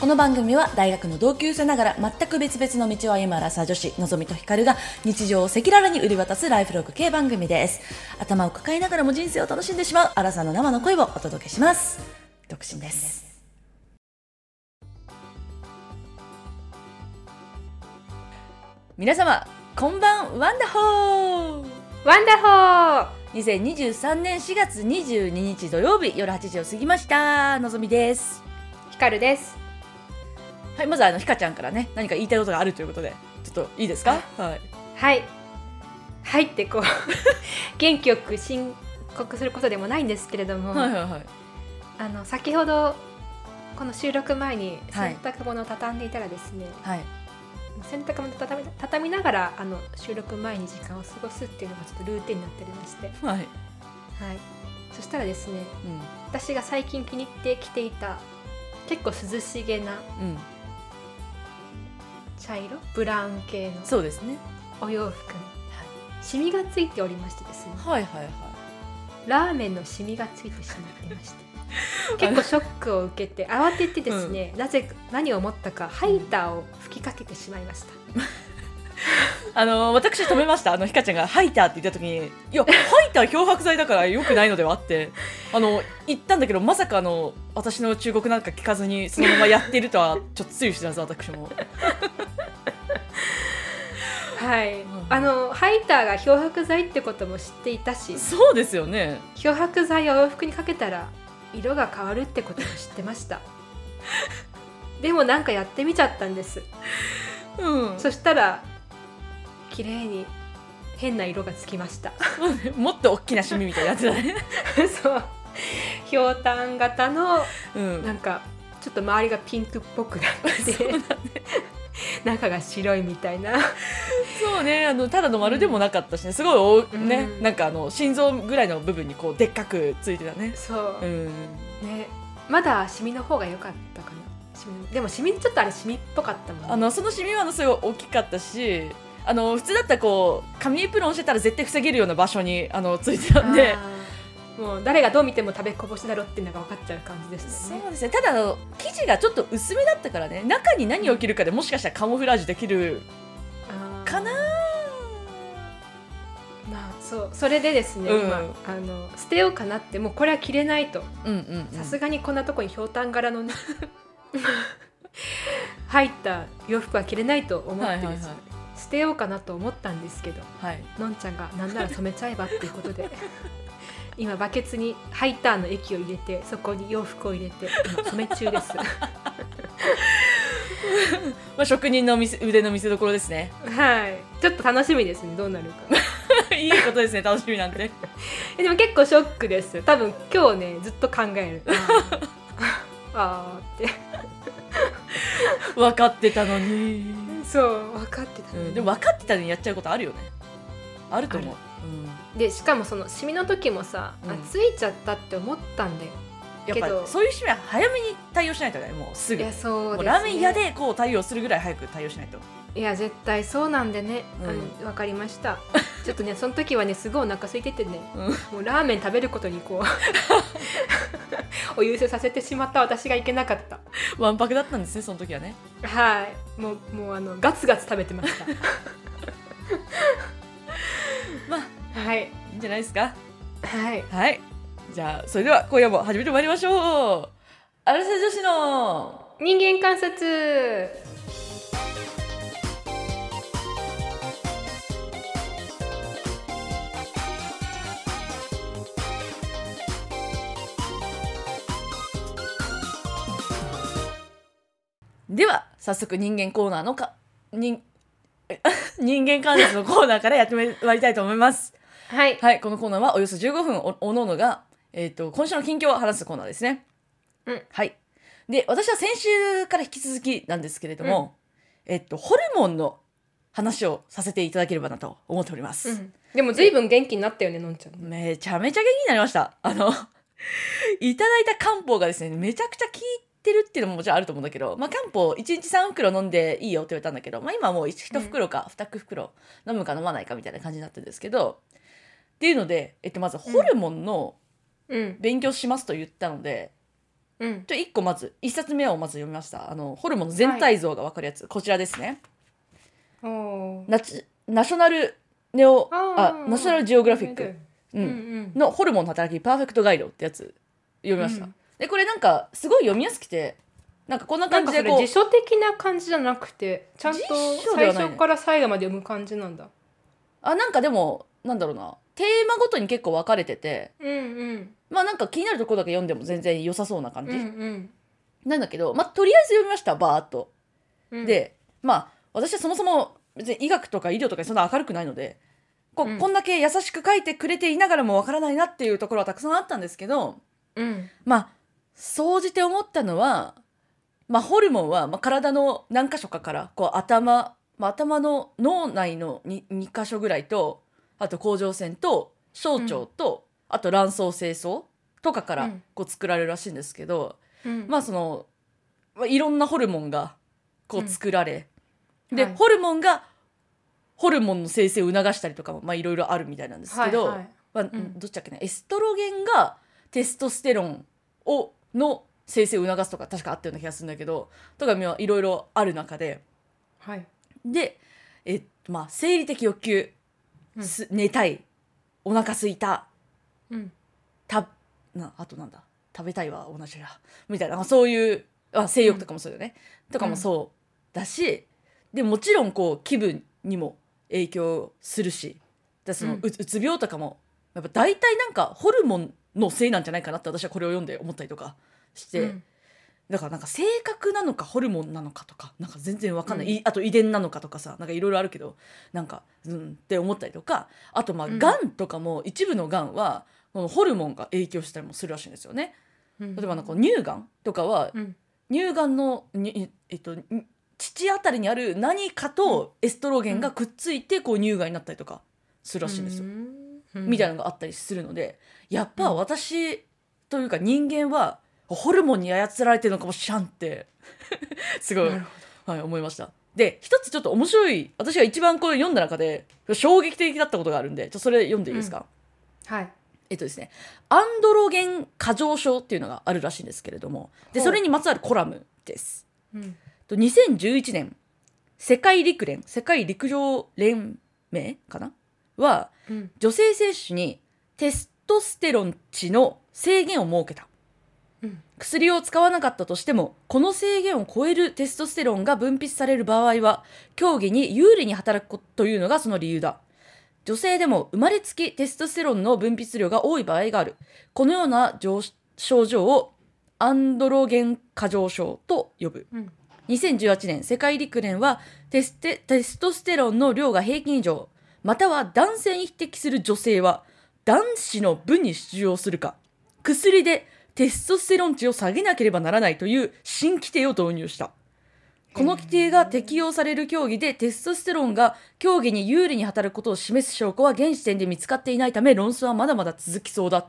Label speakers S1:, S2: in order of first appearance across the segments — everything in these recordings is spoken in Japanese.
S1: この番組は大学の同級生ながら全く別々の道を歩むアラサー女子のぞみとひかるが日常を赤裸々に売り渡すライフログ系番組です頭を抱えながらも人生を楽しんでしまうアラサーの生の声をお届けします独身です皆様こんばんワンダホー
S2: ワンダホー
S1: 2023年4月22日土曜日夜8時を過ぎましたのぞみです
S2: ヒカルです
S1: はいまずあのひかちゃんからね何か言いたいことがあるということでちょっといいですかはい
S2: はいはいってこう 元気よく申告することでもないんですけれども、
S1: はいはいはい
S2: あの先ほどこの収録前に
S1: はい
S2: 洗濯物を畳んでいたらですね、
S1: はい
S2: 洗濯物を畳み畳みながらあの収録前に時間を過ごすっていうのがちょっとルーティンになっておりまして、は
S1: はい
S2: い、そしたらですね
S1: うん
S2: 私が最近気に入って着ていた結構涼しげな
S1: うん
S2: 茶色ブラウン系の
S1: そうですね
S2: お洋服にシミがついておりましてですね
S1: はいはいはい
S2: ラーメンのシミがついてしまっていました 結構ショックを受けて慌ててですね、なぜ何を思ったかハイターを吹きかけてしまいました、
S1: あの私止めましたあのひかちゃんが「ハイター」って言った時に「いやハイター漂白剤だからよくないのでは?」 ってあの言ったんだけどまさかあの私の忠告なんか聞かずにそのままやってるとはちょっとつゆ知らず私 も
S2: はい、あのハイターが漂白剤ってことも知っていたし
S1: そうですよね
S2: 漂白剤をお洋服にかけたら色が変わるってことも知ってました でもなんかやってみちゃったんです
S1: うん
S2: そしたら綺麗に変な色がつきました
S1: もっと大きなシミみたいなやつだね
S2: そうひょうたん型の
S1: うん
S2: なんかちょっと周りがピンクっぽくなって
S1: そうだね
S2: 中が白いみたいな
S1: そうねあのただの丸でもなかったしねすごい大ね、
S2: うん
S1: なんかあの心臓ぐらいの部分にこうでっかくついてたね
S2: そう
S1: う、ん
S2: ねまだシミの方が良かったかなシミでもシミちょっとあれシミっぽかったもんね
S1: あのそのシミはあのすごい大きかったしあの普通だったらこう紙エプロンしてたら絶対防げるような場所にあのついてたんで
S2: あーもう誰がどう見ても食べこぼしだろっていうのが分かっちゃう感じです
S1: そ
S2: よね
S1: うですねただあの生地がちょっと薄めだったからね中に何を着るかでもしかしたらカモフラージュできる
S2: あー
S1: かな
S2: まあそうそれでですね、
S1: うん
S2: 今あの捨てようかなってもうこれは着れないと
S1: うんうん、うん、
S2: さすがにこんなとこにひょうたん柄 のね入った洋服は着れないと思ってですね、
S1: はいはいはい
S2: 捨てようかなと思ったんですけど
S1: はい
S2: のんちゃんがなんなら染めちゃえばっていうことで 今バケツにハイターの液を入れてそこに洋服を入れて今染め中 です
S1: まあ、職人の見せ腕の見せ所です ね
S2: はいちょっと楽しみですねどうなるか
S1: いいことですね楽しみなんて
S2: えでも結構ショックです多分今日ねずっと考える あーあーって
S1: 分かってたのに、
S2: そう分かってた
S1: う
S2: のに、
S1: ん、でも分かってたのにやっちゃうことあるよねあると思う、うん、
S2: でしかもそのシミの時もさ、
S1: うん
S2: あついちゃったって思ったんだよ
S1: やっ
S2: け
S1: ぱり
S2: ど
S1: そういう趣味は早めに対応しないとねもうす
S2: い
S1: ぐ
S2: やそう
S1: も
S2: です、
S1: う
S2: ね、
S1: ラーメン屋でこう対応するぐらい早く対応しないと
S2: いや絶対そうなんでね
S1: うん
S2: あのわ、かりましたちょっとね その時はねすごいお腹空いててね、
S1: うん
S2: もうラーメン食べることにこ うお優先させてしまった私がいけなかった
S1: わんぱくだったんですねその時はね
S2: はいもうもうあのガツガツ食べてました
S1: まあ
S2: はい
S1: いいんじゃないですか
S2: はい
S1: はいじゃあそれでは今夜も始めてまいりましょうアラサ女子の
S2: 人間観察
S1: では早速人間コーナーのか人 人間関節のコーナーからやってまいりたいと思います
S2: はい
S1: はい、このコーナーはおよそ15分おおのおのが、えー、と今週の近況を話すコーナーですね。
S2: うん
S1: はい、で私は先週から引き続きなんですけれども、えっとホルモンの話をさせていただければなと思っておりま
S2: う
S1: す。
S2: ん、でも随分元気になったよねのんちゃんね
S1: めちゃめちゃ元気になりました。あの いただいた漢方がですねめちゃくちゃ効いてるっていうのももちろんあると思うんだけど、まあ、漢方1日3袋飲んでいいよって言われたんだけど、まあ、今はもう 1,
S2: うん
S1: 袋か2袋飲むか飲まないかみたいな感じになってるんですけどっていうので、えっと、まずホルモンの
S2: うん
S1: 勉強しますと言ったので、
S2: うん
S1: と1個まず1冊目をまず読みましたあのホルモンの全体像が分かるやつ、こちらですね
S2: おー
S1: ナチナショナルネオあ
S2: ー
S1: ナショナルジオグラフィック、う
S2: うんん
S1: の「ホルモンの働きパーフェクトガイド」ってやつ読みました、
S2: うん
S1: でこれなんかすごい読みやすくてなんかこん な
S2: な
S1: 感
S2: んか
S1: じ
S2: そ
S1: で
S2: れ
S1: こう
S2: 辞書的な感じじゃなくてちゃんと
S1: 辞書で
S2: 最
S1: はないね
S2: 初から最後まで読む感じなんだ
S1: あなんかでもなんだろうなテーマごとに結構分かれてて
S2: うんうん
S1: まあなんか気になるところだけ読んでも全然良さそうな感
S2: う
S1: じ、
S2: ん
S1: なんだけどまあとりあえず読みましたバーっと。
S2: うん
S1: でまあ私はそもそも別に医学とか医療とかにそんな明るくないのでこ,、
S2: うん
S1: こんだけ優しく書いてくれていながらもわからないなっていうところはたくさんあったんですけど
S2: うん
S1: まあ総じて思ったのは、まあ、ホルモンは、まあ、体の何箇所かからこう頭、まあ、頭の脳内の 2, 2箇所ぐらいとあと甲状腺と小腸と、あと卵巣精巣とかか
S2: う
S1: ら
S2: ん
S1: こう作られるらしいんですけど、
S2: うん
S1: まあその、まあ、いろんなホルモンがこ
S2: う
S1: うん作られ、で、
S2: はい
S1: ホルモンがホルモンの生成を促したりとかもまあいろいろあるみたいなんですけど、
S2: はいはい
S1: まあ、
S2: ん
S1: どっちだっけねエストロゲンがテストステロンをの生成を促すとか確かあったような気がするんだけどとかまあいろいろある中で
S2: はい
S1: でえっとまあ生理的欲求、
S2: うん
S1: す寝たいお腹すいた
S2: うん
S1: たなあとなんだ食べたいは同じだみたいな、まあ、そういうあ性欲とかもそうよね、とかもそうだしでもちろんこう気分にも影響するしだその
S2: うん
S1: ううつ病とかもやっぱ大体なんかホルモンのせいなんじゃないかなって私はこれを読んで思ったりとかして、
S2: うん
S1: だからなんか性格なのかホルモンなのかとかなんか全然わかんない、
S2: うん
S1: いあと遺伝なのかとかさなんかいろいろあるけどなんかうんって思ったりとかあとまあ
S2: うん
S1: がんとかも、一部のがんはこのホルモンが影響したりもするらしいんですよね。
S2: うん
S1: 例えばなんか乳がんとかは
S2: うん
S1: 乳がんのにえっとに父あたりにある何かとエストロゲンがくっついてこう乳がんになったりとかするらしいんですよ。
S2: うん
S1: みたいなのがあったりするのでやっぱ私というか人間はホルモンに操られてるのかもしらんって すごい
S2: なる、ほ
S1: はい、思いました。で一つちょっと面白い私が一番これ読んだ中で衝撃的だったことがあるんでちょっとそれ読んでいいですか、
S2: どはい
S1: えっとですねアンドロゲン過剰症っていうのがあるらしいんですけれどもで
S2: ほう
S1: それにまつわるコラムです。
S2: うん
S1: と2011年世界陸連世界陸上連盟かなは
S2: うん
S1: 女性選手にテストステロン値の制限を設けた
S2: うん
S1: 薬を使わなかったとしてもこの制限を超えるテストステロンが分泌される場合は競技に有利に働くことというのがその理由だ女性でも生まれつきテストステロンの分泌量が多い場合があるこのような上症状をアンドロゲン過剰症と呼ぶ
S2: うん
S1: 2018年世界陸連はテステテストステロンの量が平均以上または男性に匹敵する女性は男子の部に出場するか薬でテストステロン値を下げなければならないという新規定を導入したこの規定が適用される競技でテストステロンが競技に有利に働くことを示す証拠は現時点で見つかっていないため論争はまだまだ続きそうだっ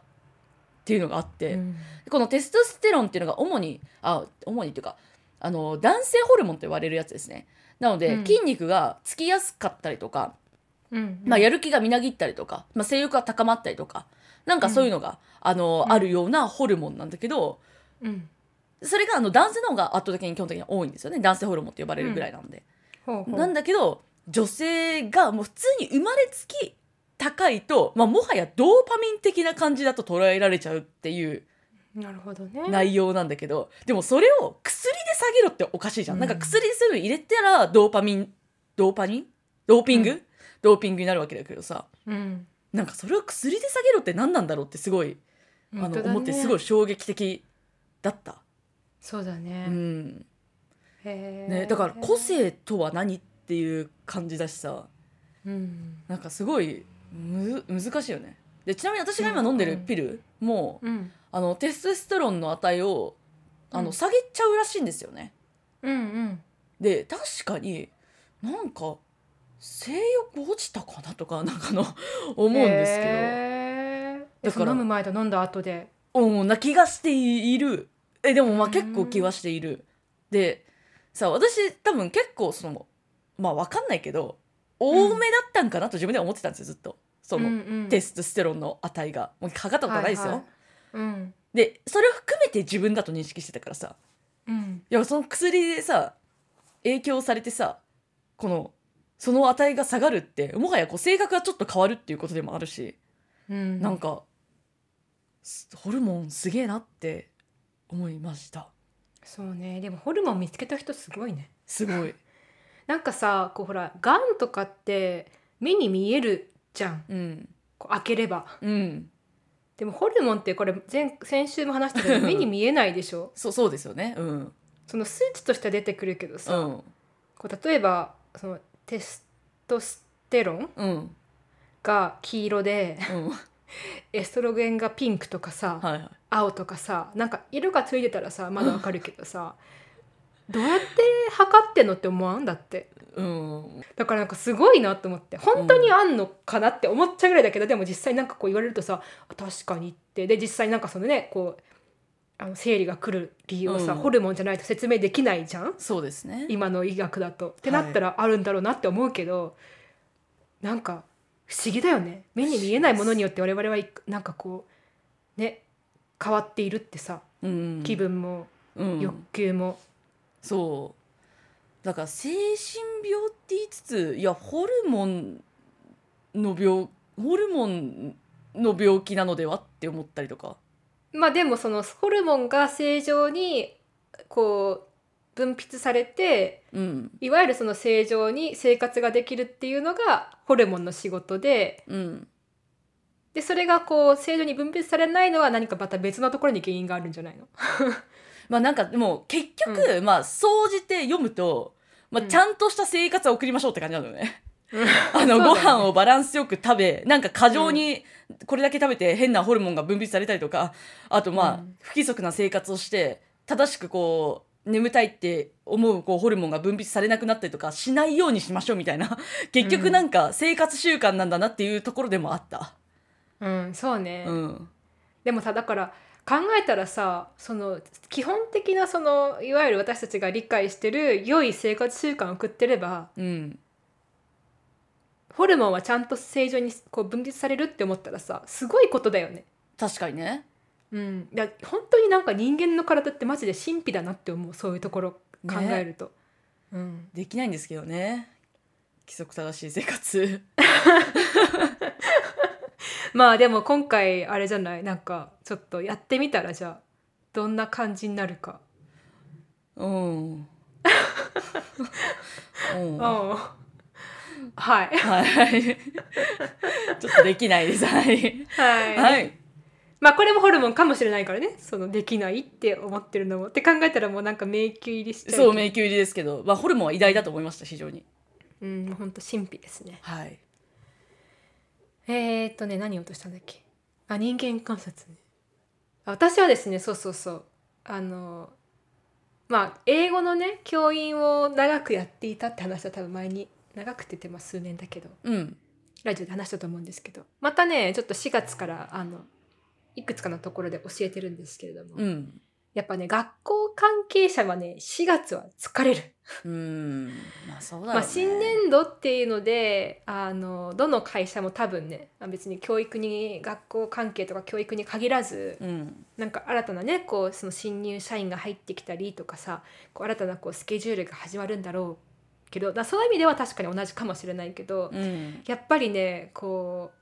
S1: ていうのがあって、
S2: うん
S1: このテストステロンっていうのが主にあ主にというかあの男性ホルモンと言われるやつですねなので、
S2: うん
S1: 筋肉がつきやすかったりとか、
S2: うん
S1: まあ、やる気がみなぎったりとか、まあ、性欲が高まったりとかなんかそういうのが、あの
S2: うん
S1: あるようなホルモンなんだけど
S2: うん
S1: それがあの男性の方が圧倒的に基本的に多いんですよね男性ホルモンって呼ばれるぐらいなんで、
S2: ほうほう
S1: なんだけど女性がもう普通に生まれつき高いと、まあ、もはやドーパミン的な感じだと捉えられちゃうっていう
S2: なるほどね
S1: 内容なんだけどでもそれを薬で下げろっておかしいじゃん、
S2: うん
S1: なんか薬すぐ入れたらドーパミンドーパニンドーピング、
S2: う
S1: ドーピングになるわけだけどさ
S2: うん
S1: なんかそれを薬で下げろって何なんだろうってすごい、あ
S2: 本当
S1: の
S2: だね
S1: 思ってすごい衝撃的だった、
S2: そうだ
S1: う
S2: ね
S1: ん
S2: へ
S1: ね、
S2: ー
S1: だから個性とは何っていう感じだしさ
S2: うん
S1: なんかすごいむ難しいよねでちなみに私が今飲んでるピルも、
S2: うん
S1: あのテストステロンの値をあ
S2: う
S1: の
S2: ん
S1: 下げちゃうらしいんですよね。
S2: うんうん
S1: で確かになんか性欲落ちたかなとかなんかの 思うんですけ
S2: け
S1: だ
S2: だ
S1: から
S2: から飲む前と飲んだ後で
S1: どうんな気がしているえでもまあ
S2: うん
S1: 結構気はしているでさ私多分結構そのまあわかんないけど多めだったんかなと自分では思ってたんですよずっとその、テス
S2: ス
S1: トステロンの値がもうかかったことはないですよ、
S2: うん
S1: でそれを含めて自分だと認識してたからさ
S2: うん
S1: いやその薬でさ影響されてさこのその値が下がるってもはやこう性格がちょっと変わるっていうことでもあるし、
S2: うん、
S1: なんかすホルモンすげえなって思いました
S2: そうねでもホルモン見つけた人すごいね
S1: すごい、
S2: なんかさこうほらがんとかって目に見えるじゃん
S1: うん
S2: こう開ければ
S1: うん、
S2: でもホルモンってこれ前先週も話した けど目に見えないでしょ
S1: そうそうですよねうん
S2: その数値としては出てくるけど
S1: う
S2: さ、
S1: ん
S2: こう例えばそのテストステロン
S1: うん
S2: が黄色で
S1: うん
S2: エストロゲンがピンクとかさ、
S1: はいはい
S2: 青とかさなんか色がついてたらさまだわかるけどさどうやって測ってんのって思わんだって
S1: うん
S2: だからなんかすごいなと思って本当にあんのかなって思っちゃうぐらいだけど、でも実際なんかこう言われるとさあ確かにってで実際なんかそのねこうあの生理が来る理由をさ、
S1: うん
S2: ホルモンじゃないと説明できないじゃん
S1: そうですね
S2: 今の医学だと。ってなったらあるんだろうなって思うけど、なんか不思議だよね目に見えないものによって我々はいなんかこうね変わっているってさ
S1: うん
S2: 気分も
S1: うん
S2: 欲求も、
S1: そうだから精神病って言いつついやホルモンの病ホルモンの病気なのではって思ったりとか
S2: まあでもそのホルモンが正常にこう分泌されて
S1: うん
S2: いわゆるその正常に生活ができるっていうのがホルモンの仕事で
S1: うん
S2: でそれがこう正常に分泌されないのは何かまた別のところに原因があるんじゃないの
S1: まあなんかでも結局、まあ総じて読むと、まあ、
S2: うん
S1: ちゃんとした生活を送りましょうって感じなのよね。 あの
S2: そうだね
S1: ご飯をバランスよく食べなんか過剰にこれだけ食べて変なホルモンが分泌されたりとかあとまあ、
S2: うん
S1: 不規則な生活をして正しくこう眠たいって思うこうホルモンが分泌されなくなったりとかしないようにしましょうみたいな 結局なんか生活習慣なんだなっていうところでもあった。
S2: うんそうね
S1: うん、
S2: でもさだから考えたらさその基本的なそのいわゆる私たちが理解してる良い生活習慣を送ってれば
S1: うん、
S2: ホルモンはちゃんと正常にこう分泌されるって思ったらさすごいことだよね。
S1: 確かにね
S2: うん、だ本当になんか人間の体ってマジで神秘だなって思うそういうところ考えると、うん、
S1: できないんですけどね規則正しい生活。
S2: まあでも今回あれじゃないなんかちょっとやってみたらじゃあどんな感じになるか、
S1: うんうん
S2: うん、
S1: は
S2: はい
S1: いちょっとできないですはい、
S2: はい、
S1: はい、
S2: まあこれもホルモンかもしれないからねそのできないって思ってるのもって考えたらもうなんか迷宮入りしちゃうけど
S1: そう迷宮入りですけど、まあ、ホルモンは偉大だと思いました非常に
S2: うん本当神秘ですね
S1: はい
S2: えー、っとね何を落としたんだっけあ人間観察ねあ私はですねそうそうそうあのまあ英語のね教員を長くやっていたって話は多分前に長くって言ってまあ数年だけど
S1: うん
S2: ラジオで話したと思うんですけどまたねちょっと4月からあのいくつかのところで教えてるんですけれども、
S1: うん
S2: やっぱね学校関係者はね4月は疲れる、
S1: うんまあそうだろう、ね
S2: まあ、新年度っていうのであのどの会社も多分ねまあ別に教育に学校関係とか教育に限らず
S1: うん
S2: なんか新たなねこうその新入社員が入ってきたりとかさこう新たなこうスケジュールが始まるんだろうけどだそういう意味では確かに同じかもしれないけど、
S1: うん
S2: やっぱりねこう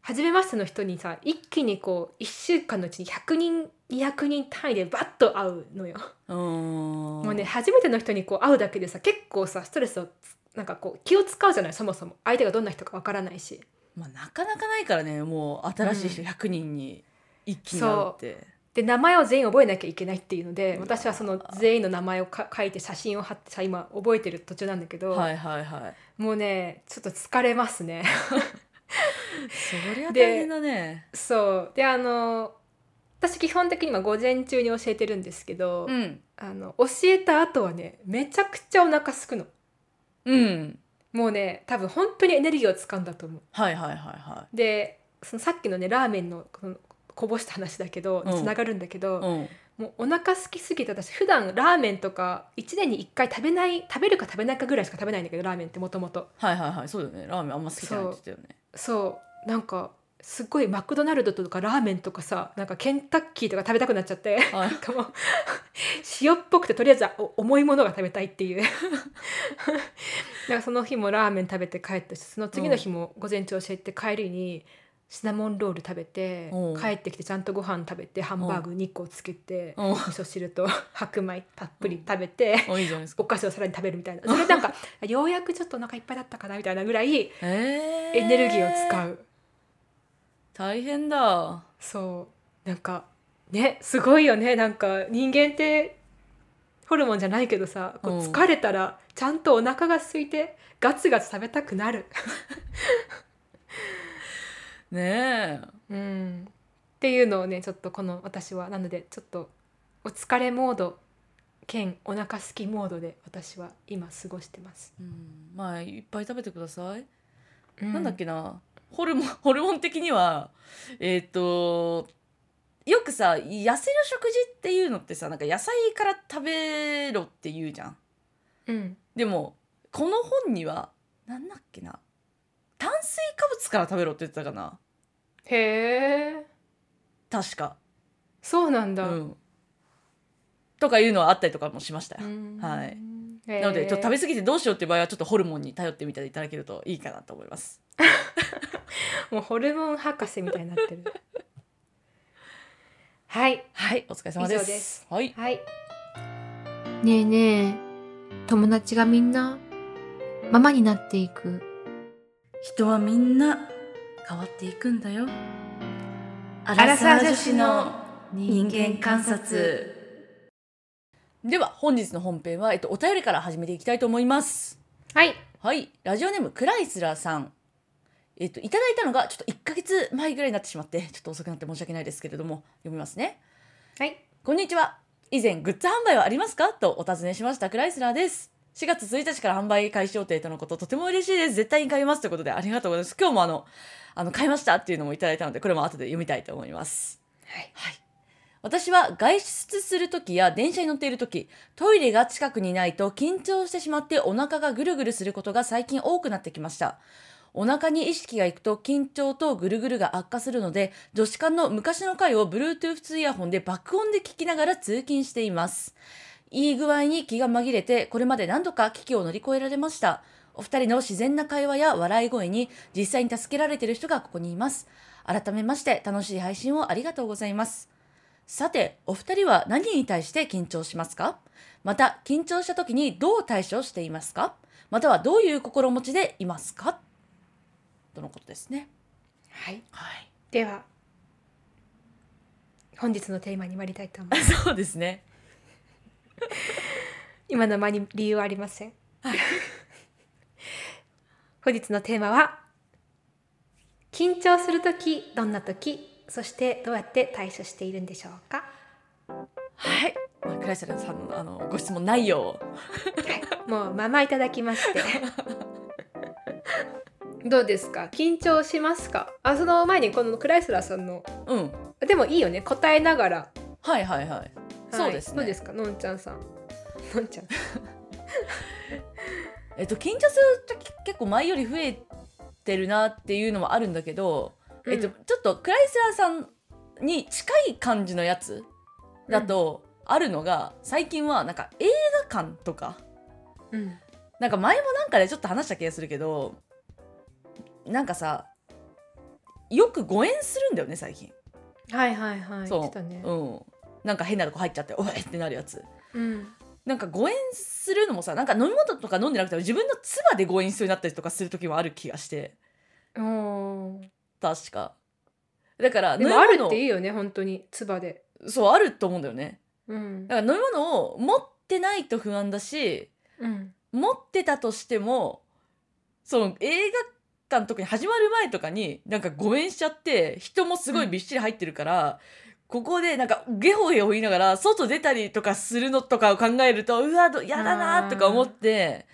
S2: 初めましての人にさ一気にこう1週間のうちに100人200人単位でバッと会うのよ。
S1: うん
S2: もうね初めての人にこう会うだけでさ結構さストレスをつなんかこう気を使うじゃないそもそも相手がどんな人かわからないし
S1: まあ、なかなかないからねもう新しい人100人に一気になるって、
S2: で名前を全員覚えなきゃいけないっていうので
S1: うわー
S2: 私はその全員の名前をか書いて写真を貼ってさ今覚えてる途中なんだけど、
S1: はいはいはい
S2: もうねちょっと疲れますね
S1: そりゃ大
S2: で
S1: 変だね
S2: そうであの私基本的に今午前中に教えてるんですけど、
S1: うん
S2: あの教えた後はねめちゃくちゃお腹すくの
S1: うん
S2: もうね多分本当にエネルギーを使うんだと思う
S1: はいはいはいは
S2: でそのさっきのねラーメンのこのこぼした話だけど
S1: うん
S2: つながるんだけ
S1: い
S2: ど、
S1: うん
S2: もうお腹空きすぎて私普段ラーメンとか1年に1回食べない食べるか食べないかぐらいしか食べないんだけどラーメンってもともと
S1: はいはいはいそうだよねラーメンあんま好きじゃないって言ってたよね
S2: そうなんかすっごいマクドナルドとかラーメンとかさなんかケンタッキーとか食べたくなっちゃって
S1: はい
S2: なんかもう塩っぽくてとりあえずお重いものが食べたいっていうなんかその日もラーメン食べて帰ったしその次の日も午前中教えて帰りにシナモンロール食べて
S1: うん
S2: 帰ってきてちゃんとご飯食べてハンバーグ2個つけて
S1: うん
S2: 味噌汁と 白米たっぷり食べて
S1: おいいじゃないですか
S2: お菓子をさらに食べるみたいなそれな んかようやくちょっとお腹いっぱいだったかなみたいなぐらい
S1: え
S2: エネルギーを使
S1: う
S2: う
S1: 大変だ
S2: そうなんかねすごいよねなんか人間ってホルモンじゃないけどさこう
S1: うん
S2: 疲れたらちゃんとお腹が空いてガツガツ食べたくなる、
S1: ねえ
S2: うん、っていうのをねちょっとこの私はなのでちょっとお疲れモード兼お腹すきモードで私は今過ごしてます、
S1: うんまあいっぱい食べてください、
S2: う
S1: なんだっけなホルモン ホルモン的にはえーっとよくさ痩せる食事っていうのってさなんか野菜から食べろって言うじゃん
S2: うん
S1: でもこの本にはなんだっけな炭水化物から食べろって言ってたかな
S2: へえ
S1: 確か
S2: そうなん
S1: う
S2: だ、
S1: んとかいうのはあったりとかもしましたよ、
S2: うん
S1: はい
S2: へー
S1: なのでちょっと食べ過ぎてどうしようっていう場合はちょっとホルモンに頼ってみていただけるといいかなと思います
S2: もうホルモン博士みたいになって るはい
S1: はいお疲れ様です
S2: 以上です
S1: はい
S2: はい。ねえねえ、友達がみんな、ママになっていく。
S1: 人はみんな変わっていくんだよア
S2: ラサー女子の人間観察
S1: では本日の本編は、えっと、お便りから始めていきたいと思います
S2: はい。
S1: はいラジオネームクライスラーさんえっといただいたのがちょっと1ヶ月前ぐらいになってしまってちょっと遅くなって申し訳ないですけれども読みますね
S2: はい。
S1: こんにちは。以前、グッズ販売はありますかとお尋ねしましたクライスラーです。4月1日から販売開始予定とのこと、とても嬉しいです。絶対に買いますということで、ありがとうございます。今日もあの、あの、買いましたっていうのもいただいたので、これも後で読みたいと思います。
S2: はい。
S1: はい。私は外出するときや電車に乗っているとき、トイレが近くにないと緊張してしまってお腹がぐるぐるすることが最近多くなってきました。お腹に意識がいくと緊張とぐるぐるが悪化するので、女子間の昔の回を Bluetooth イヤホンで爆音で聞きながら通勤しています。いい具合に気が紛れて、これまで何度か危機を乗り越えられました。お二人の自然な会話や笑い声に実際に助けられている人がここにいます。改めまして楽しい配信をありがとうございます。さて、お二人は何に対して緊張しますかまた、緊張した時にどう対処していますかまたはどういう心持ちでいますかとのことですね。
S2: はい。
S1: はい。
S2: では、本日のテーマに参りたいと思います。
S1: そうですね。
S2: 今の間に理由はありません。 本日のテーマは、緊張するとき、どんなとき、そしてどうやって対処しているんでしょうか。
S1: はい。まあ、クライスラーさんのあのご質問内容を
S2: はい、もうままいただきまして。 どうですか緊張しますかあその前にこのクライスラーさんの
S1: うん。
S2: でもいいよね答えながら、はい
S1: はいはいはい。そうですね。
S2: どうですかのんちゃんさんのんちゃん
S1: えっと、緊張する時結構前より増えてるなっていうのもあるんだけど、えっと、
S2: うん
S1: ちょっとクライスラーさんに近い感じのやつだとあるのが、最近はなんか映画館とか
S2: うん
S1: なんか前もなんかでちょっと話した気がするけどなんかさよく誤演するんだよね最近、
S2: はいはいはい
S1: そう
S2: 言ってたね
S1: うん、なんか変なとこ入っちゃって「おい!」ってなるやつ
S2: うん
S1: なんか誤演するのもさなんか飲み物とか飲んでなくても自分の唾で誤演するようになったりとかする時もある気がして
S2: おー
S1: 確かだから
S2: でもある
S1: 飲
S2: ってい
S1: み
S2: いよね本当につばで
S1: 物そうあると思うんだよね
S2: うん
S1: だから飲み物を持ってないと不安だし
S2: うん
S1: 持ってたとしてもその映画館特に始まる前とかになんか誤演しちゃって人もすごいびっしり入ってるから、ここでなんかゲホゲホ言いながら外出たりとかするのとかを考えるとうわどやだなとか思って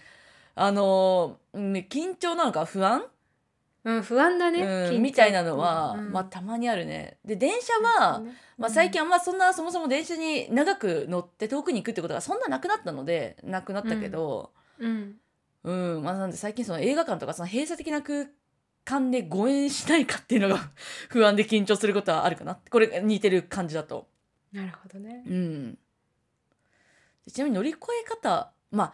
S1: あのーうん緊張なのか不安、
S2: うん不安だね、緊
S1: う
S2: 張
S1: ん、みたいなのは、
S2: うん
S1: まあたまにあるね。で電車は、まあ、最近あんまそんなそもそも電車に長く乗って遠くに行くってことがそんななくなったのでなくなったけど、
S2: うん
S1: うん、まあ、なんで最近その映画館とかその閉鎖的な空間で誤演しないかっていうのが 不安で緊張することはあるかなこれ似てる感じだと
S2: なるほどね
S1: うんちなみに乗り越え方まあ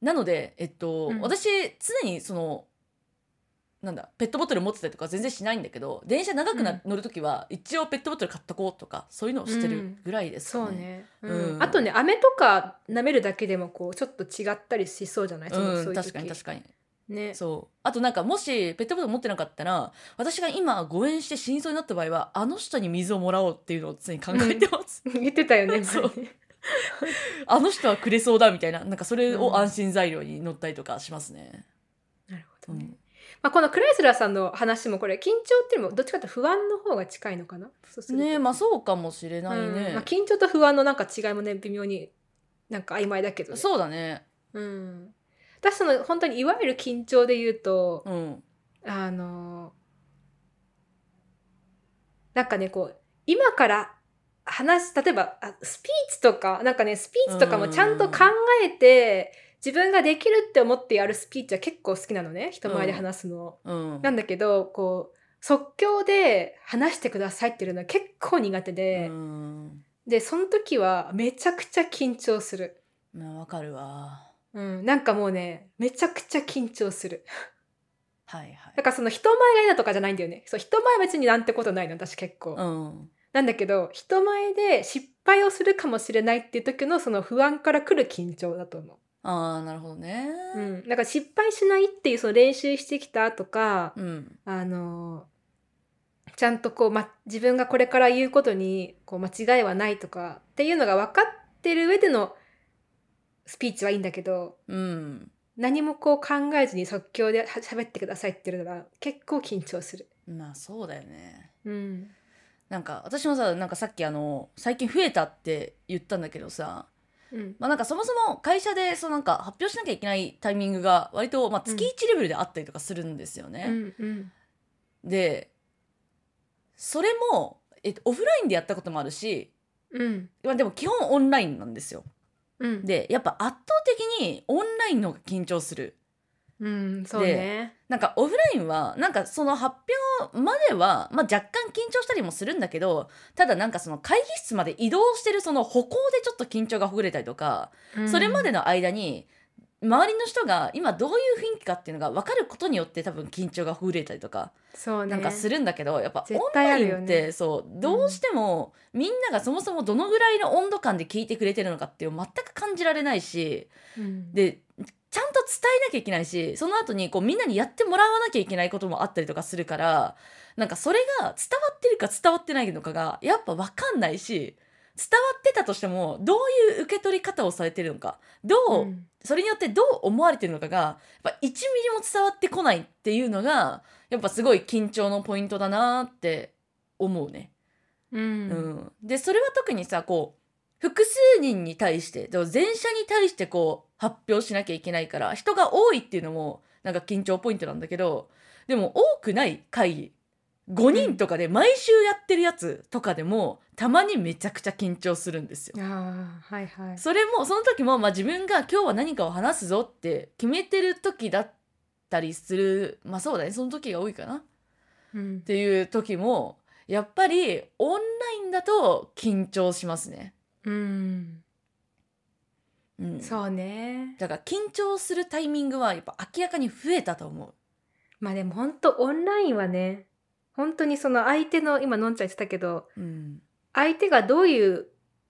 S1: なのでえっと、
S2: うん
S1: 私常にそのなんだペットボトル持ってたりとか全然しないんだけど電車長くな、
S2: うん
S1: 乗る時は一応ペットボトル買っとこうとかそういうのをしてるぐらいですか
S2: そうね、
S1: うん
S2: うんあとね飴とか舐めるだけでもこうちょっと違ったりしそうじゃないその
S1: う
S2: そ
S1: ん、
S2: ういう
S1: 確
S2: 時
S1: かに確かに
S2: ね
S1: そうあとなんかもしペットボトル持ってなかったら私が今誤飲して死にそうになった場合はあの人に水をもらおうっていうのを常に考えてます、
S2: 言ってたよね
S1: そう
S2: 前ね
S1: あの人はくれそうだみたいななんかそれを安心材料に乗ったりとかしますね、
S2: なるほ
S1: う
S2: どね、
S1: ん
S2: まあ、このクライスラーさんの話もこれ緊張っていうのもどっちかというと不安の方が近いのかなそうすると
S1: ねえまあそうかもしれないね、
S2: うんまあ、緊張と不安のなんか違いもね微妙になんか曖昧だけど、ね、
S1: そうだね
S2: う、ん、私その本当にいわゆる緊張で言うと、
S1: うん
S2: あのなんかねこう今から話す例えばあスピーチとかなんかねスピーチとかもちゃんと考えて自分ができるって思ってやるスピーチは結構好きなのね人前で話すの。
S1: うん
S2: なんだけどこう即興で話してくださいっていうのは結構苦手で
S1: う、ん
S2: でその時はめちゃくちゃ緊張する、
S1: まあわかるわ
S2: うん、なんかもうねめちゃくちゃ緊張する
S1: はいはい
S2: だからその人前が嫌だとかじゃないんだよねそう人前は別になんてことないの私結構、
S1: うん
S2: なんだけど人前で失敗をするかもしれないっていう時のその不安から来る緊張だと思
S1: ああなるほどね
S2: う、うん、だから失敗しないっていうその練習してきたとか、
S1: うん
S2: あのちゃんとこう、ま、自分がこれから言うことにこう間違いはないとかっていうのが分かってる上でのスピーチはいいんだけど
S1: うん
S2: 何もこう考えずに即興では喋ってくださいっていうのは結構緊張する。
S1: まあそうだよね
S2: うん、
S1: なんか私もさなんかさっきあの最近増えたって言ったんだけどさ、
S2: うん、
S1: まあ、なんかそもそも会社でそのなんか発表しなきゃいけないタイミングが割と、まあ、月1レベルであったりとかするんですよ
S2: う
S1: ね。
S2: んうん
S1: でそれも、えっと、オフラインでやったこともあるし、
S2: うん
S1: まあ、でも基本オンラインなんですよ。
S2: うん
S1: でやっぱ圧倒的にオンラインの方が緊張する。
S2: うんそうね。
S1: なんかオフラインはなんかその発表までは、まあ、若干緊張したりもするんだけどただなんかその会議室まで移動してるその歩行でちょっと緊張がほぐれたりとか、それまで
S2: の、
S1: の間に周りの人が今どういう雰囲気かっていうのが分かることによって多分緊張がほぐれたりとか
S2: そうね、
S1: なんかするんだけど、やっぱオン
S2: 絶対
S1: ラ
S2: あ
S1: イ
S2: るよ
S1: ンっ
S2: ね
S1: て、そうどうしてもみんながそもそもどのぐらいの温度感で聞いてくれてるのかっていうのを全く感じられないし。
S2: うん、
S1: でちゃんと伝えなきゃいけないしその後にこうみんなにやってもらわなきゃいけないこともあったりとかするからなんかそれが伝わってるか伝わってないのかがやっぱ分かんないし伝わってたとしてもどういう受け取り方をされてるのかどう、
S2: うん
S1: それによってどう思われてるのかがやっぱ1ミリも伝わってこないっていうのがやっぱすごい緊張のポイントだなって思うね。
S2: うん
S1: うん、でそれは特にさこう複数人に対してでも全社に対してこう発表しなきゃいけないから人が多いっていうのもなんか緊張ポイントなんだけどでも多くない会議5人とかで毎週やってるやつとかでもたまにめちゃくちゃ緊張するんですよ。
S2: あーはいはい。
S1: それもその時も、まあ、自分が今日は何かを話すぞって決めてる時だったりするまあそうだねその時が多いかな。
S2: うん
S1: っていう時もやっぱりオンラインだと緊張しますね。
S2: うん、
S1: うん、
S2: そうね。
S1: だから緊張するタイミングはやっぱ明らかに増えたと思
S2: まあでも本当オンラインはね本当にその相手の今のんちゃん言ってたけど
S1: う。うん、
S2: 相手がどういう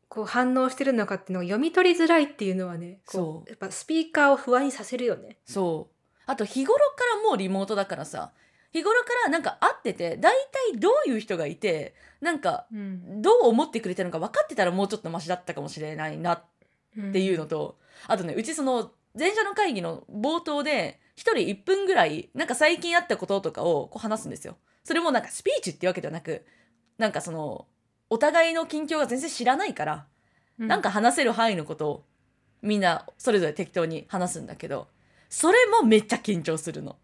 S2: こう反応してるのかっていうのが読み取りづらいっていうのはねこ
S1: そう
S2: やっぱスピーカーを不安にさせるよね。
S1: そうあと日頃からもうリモートだからさ日頃からなんか会ってて大体どういう人がいてなんか
S2: うん
S1: どう思ってくれてるのか分かってたらもうちょっとマシだったかもしれないなっ
S2: っ
S1: っていうのとあとねうちその前者の会議の冒頭で1人1分ぐらいなんか最近あったこととかをこう話すんですよ。それもなんかスピーチっていうわけではなくなんかそのお互いの近況が全然知らないから、なんか話せる範囲のことをみんなそれぞれ適当に話すんだけどそれもめっちゃ緊張するの。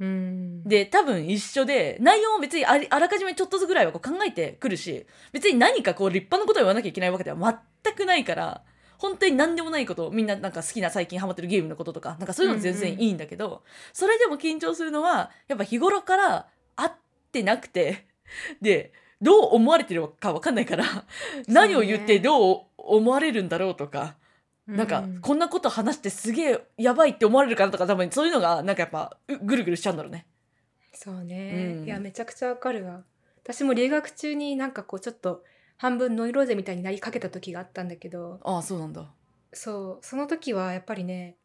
S2: うん
S1: で多分一緒で内容も別にありあらかじめちょっとずつぐらいはこう考えてくるし別に何かこう立派なことを言わなきゃいけないわけでは全くないから本当に何でもないことみんななんか好きな最近ハマってるゲームのこととかなんかそういうの全然いいんだけど、それでも緊張するのはやっぱ日頃から会ってなくて でどう思われてるか分かんないから何を言ってどう思われるんだろうとか。なんか、こんなこと話してすげえやばいって思われるかなとか多分そういうのがなんかやっぱうぐるぐるしちゃうんだろうね。
S2: そうね、
S1: うん
S2: いやめちゃくちゃわかるわ私も留学中になんかこうちょっと半分ノイローゼみたいになりかけた時があったんだけど
S1: ああそうなんだ。
S2: そうその時はやっぱりね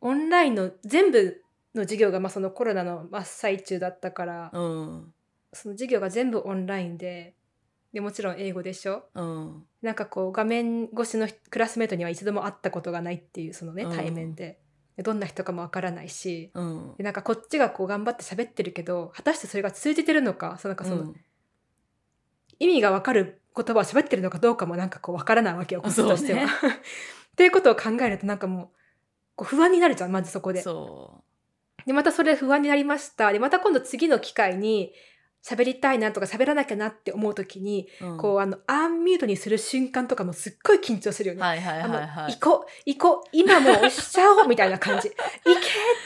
S2: オンラインの全部の授業がまあそのコロナの真っ最中だったから、
S1: うん
S2: その授業が全部オンラインででもちろん英語でしょ
S1: うん
S2: なんかこう画面越しのひクラスメートには一度も会ったことがないっていうそのね
S1: うん
S2: 対面で,、でどんな人かもわからないし
S1: うん。
S2: でなんかこっちがこう頑張って喋ってるけど果たしてそれが通じてるのかそうなんかその、意味がわかる言葉を喋ってるのかどうかもなんかこうわからないわけよこっちとしては。
S1: そう
S2: っていうことを考えるとなんかもうこう不安になるじゃんまずそこ
S1: うん、
S2: で。
S1: そ
S2: でまたそれ不安になりましたでまた今度次の機会に喋りたいなとか喋らなきゃなって思う時に、
S1: う、うん
S2: こうあのアンミュートにする瞬間とかもすっごい緊張するよね。
S1: はいはい
S2: あ
S1: は
S2: の
S1: いはい
S2: 行。こう行こう今もう押しちゃおうみたいな感じ行 けって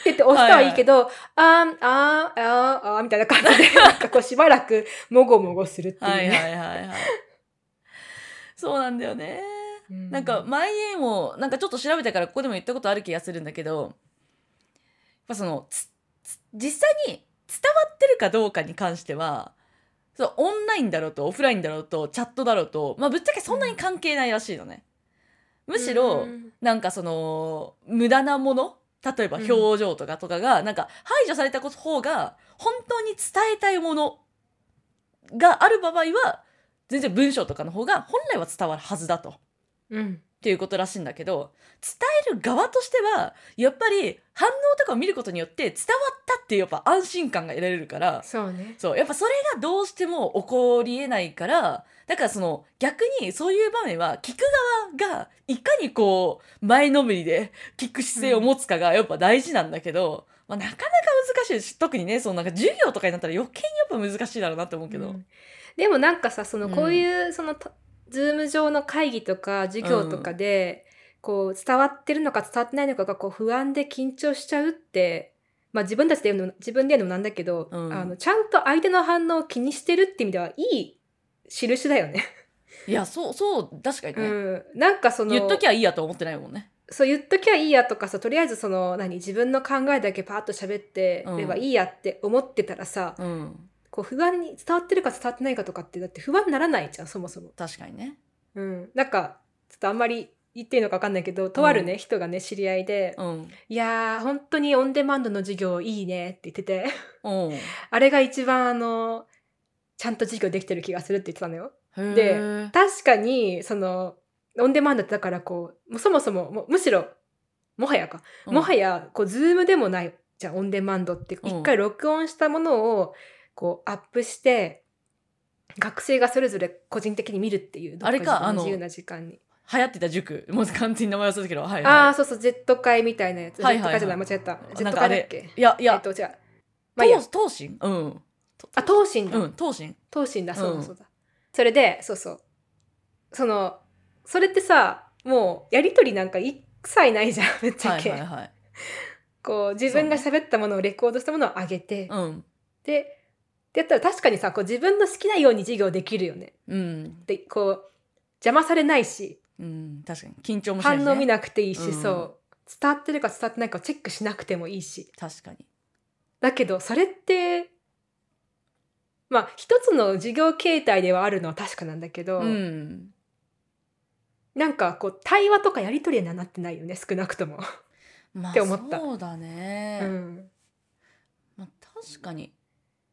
S2: 言って押したはいいけど、あんあんあんあんみたいな感じ でなんかこうしばらくもごもごするっていうね、
S1: はいはいはいはい。そうなんだよね。
S2: う
S1: なんか前にもなんかちょっと調べたからここでも言ったことある気がするんだけどやっぱそのつつ実際に伝わってるかどうかに関してはそうオンラインだろうとオフラインだろうとチャットだろうと、まあ、ぶっちゃけそんなに関係ないらしいのね。むしろ、
S2: うん
S1: なんかその無駄なもの例えば
S2: うん
S1: 表情とかとかが、なんか排除された方が本当に伝えたいものがある場合は全然文章とかの方が本来は伝わるはずだと。
S2: うん
S1: っていうことらしいんだけど伝える側としてはやっぱり反応とかを見ることによって伝わったっていうやっぱ安心感が得られるから
S2: そうね
S1: そうやっぱそれがどうしても起こりえないからだからその逆にそういう場面は聞く側がいかにこう前のめりで聞く姿勢を持つかがやっぱ大事なんだけど、まあ、なかなか難しいし特にねそのなんか授業とかになったら余計にやっぱ難しいだろうなって思うけど、
S2: うんでもなんかさその
S1: うん
S2: こういう、そのたズーム上の会議とか授業とかで、こう伝わってるのか伝わってないのかがこう不安で緊張しちゃうって、まあ、自分たちで言うの自分で言うのもなんだけど、
S1: うん
S2: あのちゃんと相手の反応を気にしてるって意味ではいい印だよね。
S1: いやそうそう確かに
S2: う
S1: ね、
S2: ん、なんかその
S1: 言っときゃいいやと思ってないもんね。
S2: そう言っときゃいいやとかさとりあえずその何自分の考えだけパーッと喋ってればいいやって思ってたらさ、
S1: うん、
S2: こう不安に伝わってるか伝わってないかとかってだって不安にならないじゃんそもそも。
S1: 確かにね。
S2: うん、なんかちょっとあんまり言っていいのか分かんないけどとあるね、
S1: う
S2: 人がね知り合いで「
S1: うん
S2: いやー本当にオンデマンドの授業いいね」って言ってて
S1: うんへ
S2: あれが一番あのちゃんと授業できてる気がするって言ってたのよ。
S1: ー
S2: で確かにそのオンデマンドってだからこうもうそもそももうむしろもはやか、
S1: うん
S2: もはやこうズームでもないじゃんオンデマンドって
S1: うん
S2: 一回録音したものをこうアップして学生がそれぞれ個人的に見るっていう
S1: あれかあの
S2: 自由な時間に
S1: 流行ってた塾もう完全に名前忘れたけどはい、
S2: あ
S1: は
S2: あそうそうジェット会みたいなやつ、
S1: はいはいはい
S2: ジェット会じゃない間違えたジェ
S1: なん
S2: ット
S1: かあ
S2: 会
S1: れ
S2: だっけ
S1: い、いやい
S2: えっ
S1: や、
S2: と違うまあいいや
S1: 東東進うん
S2: あ東進だ、
S1: うん東進
S2: 東進だそう
S1: う
S2: だ
S1: ん
S2: そうだ、それでそうそうそのそれってさもうやりとりなんか一切ないじゃん ぶっち
S1: は
S2: ゃ
S1: い
S2: け、
S1: はいはい
S2: こう自分が喋ったものをレコードしたものを上げて、
S1: うん
S2: ででやったら確かにさこう自分の好きなように授業できるよね
S1: うん
S2: でこう邪魔されないし
S1: うん確かに緊張もしないし、
S2: 反
S1: ね、
S2: 応見なくていいし、
S1: うん
S2: そう伝わってるか伝わってないかをチェックしなくてもいいし
S1: 確かに
S2: だけどそれってまあ一つの授業形態ではあるのは確かなんだけど、
S1: うん
S2: なんかこう対話とかやり取りにはなってないよね少なくとも。
S1: まあ
S2: って思った
S1: そうだね、
S2: うん
S1: まあ、確かに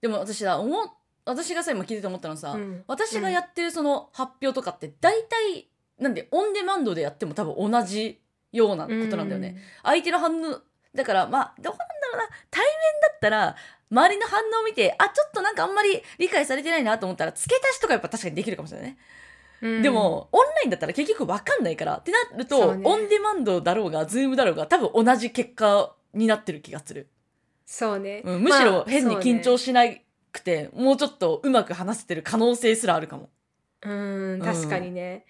S1: でも私だ思う私がさ今聞いてて思ったのさ、
S2: うん
S1: 私がやってるその発表とかって大体なんでオンデマンドでやっても多分同じようなことなんだよね、相手の反応だからまあどうなんだろうな対面だったら周りの反応を見てあちょっとなんかあんまり理解されてないなと思ったら付け足しとかやっぱ確かにできるかもしれないね、
S2: うん
S1: でもオンラインだったら結局分かんないからってなる
S2: そ
S1: と、
S2: うね
S1: オンデマンドだろうがズームだろうが多分同じ結果になってる気がする、
S2: そうね、
S1: うん、むし
S2: ま
S1: ろ
S2: あ
S1: 変に緊張
S2: そ
S1: しなくて、もうちょっとうまく話せてる可能性すらあるかも
S2: うねうん確かにね、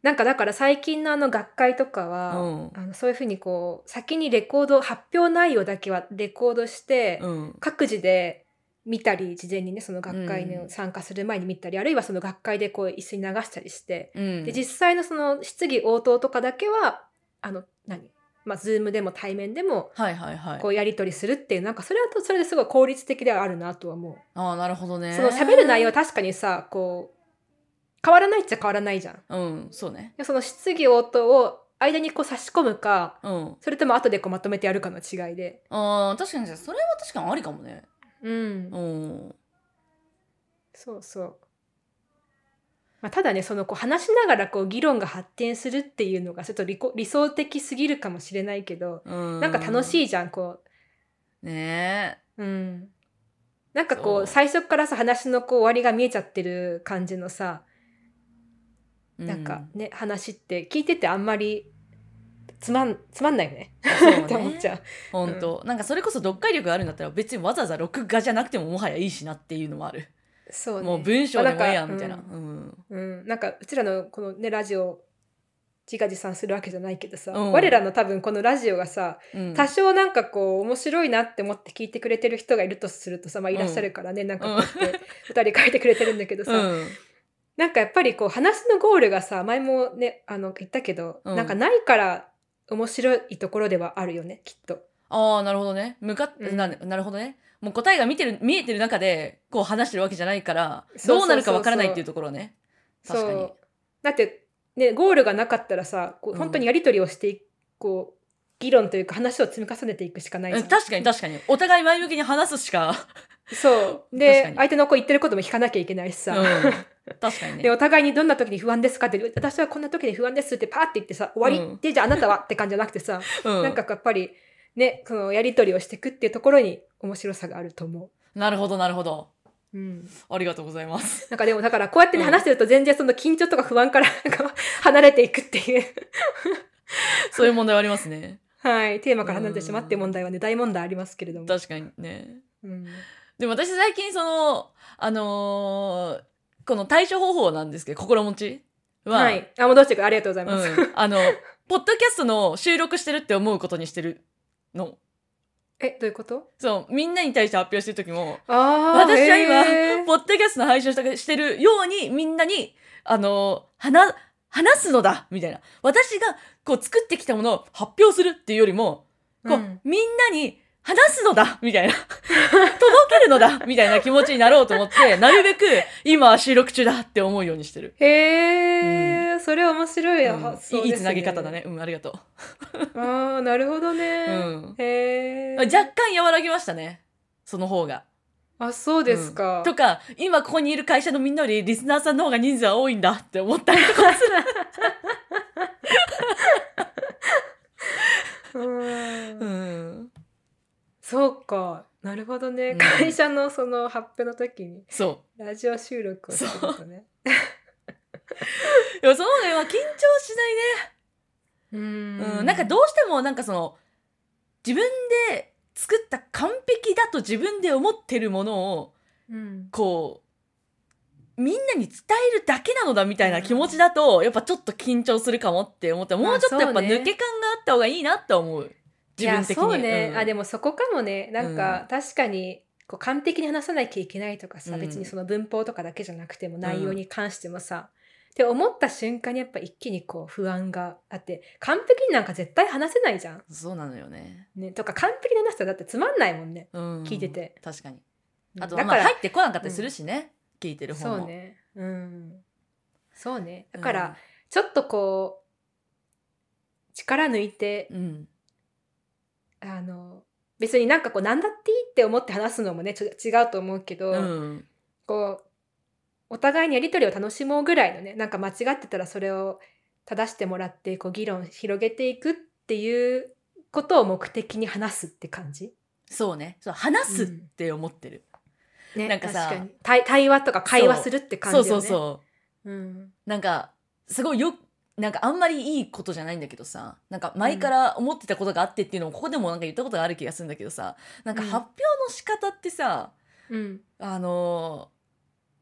S2: なんかだから最近のあの学会とかは、
S1: うん
S2: あのそういうふうにこう先にレコード発表内容だけはレコードして、
S1: うん
S2: 各自で見たり事前にねその学会に
S1: うん
S2: 参加する前に見たり、あるいはその学会でこう一緒に流したりして、
S1: うん
S2: で実際のその質疑応答とかだけはあの何まあズームでも対面でも
S1: はいはいはい
S2: こうやり取りするっていうなんかそれはとそれですごい効率的ではあるなとは思う。
S1: ああなるほどね
S2: その喋る内容は確かにさこう変わらないっちゃ変わらないじゃん。
S1: うんそうね
S2: でその質疑応答を間にこう差し込むか
S1: うん
S2: それとも後でこうまとめてやるかの違いで。
S1: あー確かにそれは確かにありかもね
S2: うん
S1: うん
S2: そうそう。まあ、ただねそのこう話しながらこう議論が発展するっていうのがちょっと理こ理想的すぎるかもしれないけど、
S1: うん
S2: なんか楽
S1: い
S2: しいじゃんこ
S1: ね
S2: う。うん、なんかこ
S1: そう
S2: う最初からさ話のこう終わりが見えちゃってる感じのさ
S1: え
S2: なんかね、話って聞いててあんまりつまんつまんないよね
S1: そうね
S2: って思っちゃう。
S1: 本当、なんかそれこそ読解力があるんだったら別にわざわざ録画じゃなくてももはやいいしなっていうのもある
S2: そうね
S1: もう文章でもええやん
S2: まあ
S1: みた
S2: ないんか
S1: なうん
S2: うん、なんかうちらのこのねラジオ自画自賛するわけじゃないけどさ、
S1: うん
S2: 我らの多分このラジオがさ、
S1: うん
S2: 多少なんかこう面白いなって思って聞いてくれてる人がいるとするとさ、まあ、いらっしゃるからね、なんかこうやって2人書いてくれてるんだけどさ、
S1: うん
S2: なんかやっぱりこう話のゴールがさ前もねあの言ったけど、
S1: うん
S2: なんかないから面白いところではあるよねきっと。
S1: ああなるほどね向かっ、
S2: うん
S1: ななるほどねもう答えが見てる見えてる中でこう話してるわけじゃないから
S2: そうそうそうそう
S1: どうなるかわからないっていうところね確かに
S2: そうだって、ね、ゴールがなかったらさこ
S1: う
S2: うん本当にやり取りをしていく、こう議論というか話を積み重ねていくしかないじゃ
S1: うんん確かに確かにお互い前向きに話すしか、
S2: そう
S1: 確か
S2: で
S1: に
S2: 相手のこう言ってることも聞かなきゃいけないし
S1: うん
S2: さ、、
S1: 確かにね
S2: でお互いにどんな時に不安ですかって私はこんな時に不安ですってパーって言ってさ終わり、
S1: うん
S2: でじゃああなたはって感じじゃなくてさ、
S1: うん、
S2: なんかやっぱりねそのやり取りをしていくっていうところに面白さがあると思
S1: なるほどなるほど
S2: う。うん、
S1: ありがとうございます
S2: なんかでもだからこうやってね、
S1: うん
S2: 話してると全然その緊張とか不安からなんか離れていくっていう、
S1: そういう問題はありますね
S2: はい、テーマから離れてしまうっていう問題はね大問題ありますけれども。
S1: 確かにね
S2: うん
S1: でも私最近そのあのーこの対処方法なんですけど心持ちは、
S2: はい。あ、戻してくれありがとうございうます。
S1: ん、あのポッドキャストの収録してるって思うことにしてるの
S2: え、どういうこと
S1: そうみんなに対して発表してる時も
S2: ああ
S1: 私は今、
S2: へー
S1: ポッドキャストの配信をしたしてるようにみんなにあの話話すのだみたいな私がこう作ってきたものを発表するっていうよりもこう、
S2: うん
S1: みんなに話すのだみたいな 届けるのだみたいな気持ちになろうと思ってなるべく今は収録中だって思うようにしてる。
S2: へえ、それ面白い
S1: うん
S2: 発想
S1: いい
S2: です
S1: つなぎ方だ。ね。うん、ありがと
S2: ああ、なるほど
S1: う。う
S2: ね。
S1: ん。
S2: へえ。
S1: 若干和らぎましたね。その方が。
S2: あ、そうですか。
S1: とか、今ここにいる会社のみんなよりリスナーさんの方が人数は多いんだって思ったりと かする。
S2: うん
S1: うん。
S2: そうか。なるほどね。
S1: うん
S2: 会社のその発表の時に
S1: そ
S2: ラジオ収録をするとね。
S1: う。でもその方が今緊張しないね。
S2: うん
S1: うん、なんかどうしてもなんかその自分で作った完璧だと自分で思ってるものを
S2: うん
S1: こうみんなに伝えるだけなのだみたいな気持ちだとやっぱちょっと緊張するかもって思ってもうちょっとやっぱ
S2: まあそうね
S1: 抜け感があった方がいいなって思う
S2: い
S1: 自
S2: や
S1: 分的に
S2: そうね。あ、で
S1: も
S2: もそこかもね。なんか確かに。こう完璧に話さなきゃいけないとか
S1: う
S2: さ、
S1: ん
S2: 別にその文法とかだけじゃなくても内容に関してもさ、って思った瞬間にやっぱ一気にこう不安があって完璧になんか絶対話せないじゃん、
S1: そうなのよね、
S2: ね、とか完璧に話したらだってつまんないもんね
S1: うん、
S2: 聞いてて
S1: 確かに
S2: うん
S1: あとは
S2: だ
S1: ま
S2: か
S1: あ
S2: ら、
S1: 入ってこなかったりするしね、聞いてる方も
S2: そうねうんそうねだか
S1: うん
S2: らちょっとこう力抜いて、
S1: うん
S2: あの別になんかこう何だっていいって思って話すのもねちょ違うと思うけど、
S1: うん
S2: こうお互いにやり取りを楽しもうぐらいのねなんか間違ってたらそれを正してもらってこう議論広げていくっていうことを目的に話すって感じ、
S1: そうねそう話すって思ってる、
S2: ね、
S1: なんかさ
S2: 確に対対話とか会話するって感じ
S1: そ
S2: よ
S1: う
S2: ね
S1: そうそう
S2: う、うん、
S1: なんかすごいよなんかあんまりいいことじゃないんだけどさなんか前から思ってたことがあってっていうのをここでもなんか言ったことがある気がするんだけどさなんか
S2: うん
S1: 発表の仕方ってさ、
S2: うん
S1: あのー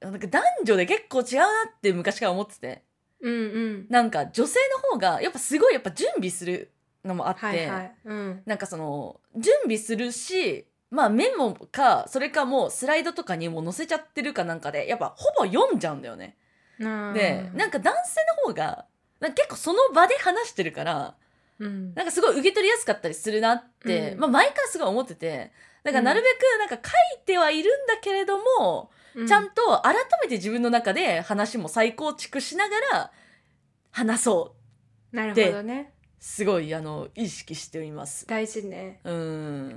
S1: なんか男女で結構違うなって昔から思ってて
S2: うんうん
S1: なんか女性の方がやっぱすごいやっぱ準備するのもあって、
S2: はいはいうん
S1: なんかその準備するしまあメモかそれかもうスライドとかにもう載せちゃってるかなんかでやっぱほぼ読んじゃうんだよね。
S2: なあ
S1: でなんか男性の方がなんか結構その場で話してるから
S2: うん
S1: なんかすごい受け取りやすかったりするなって、
S2: うん
S1: まあ前からすごい思っててだからなるべくなんか書いてはいるんだけれども、
S2: う
S1: ちゃんと改めて自分の中で話も再構築しながら話そう
S2: なるほどね
S1: すごいあの意識しています。
S2: 大事ね
S1: うー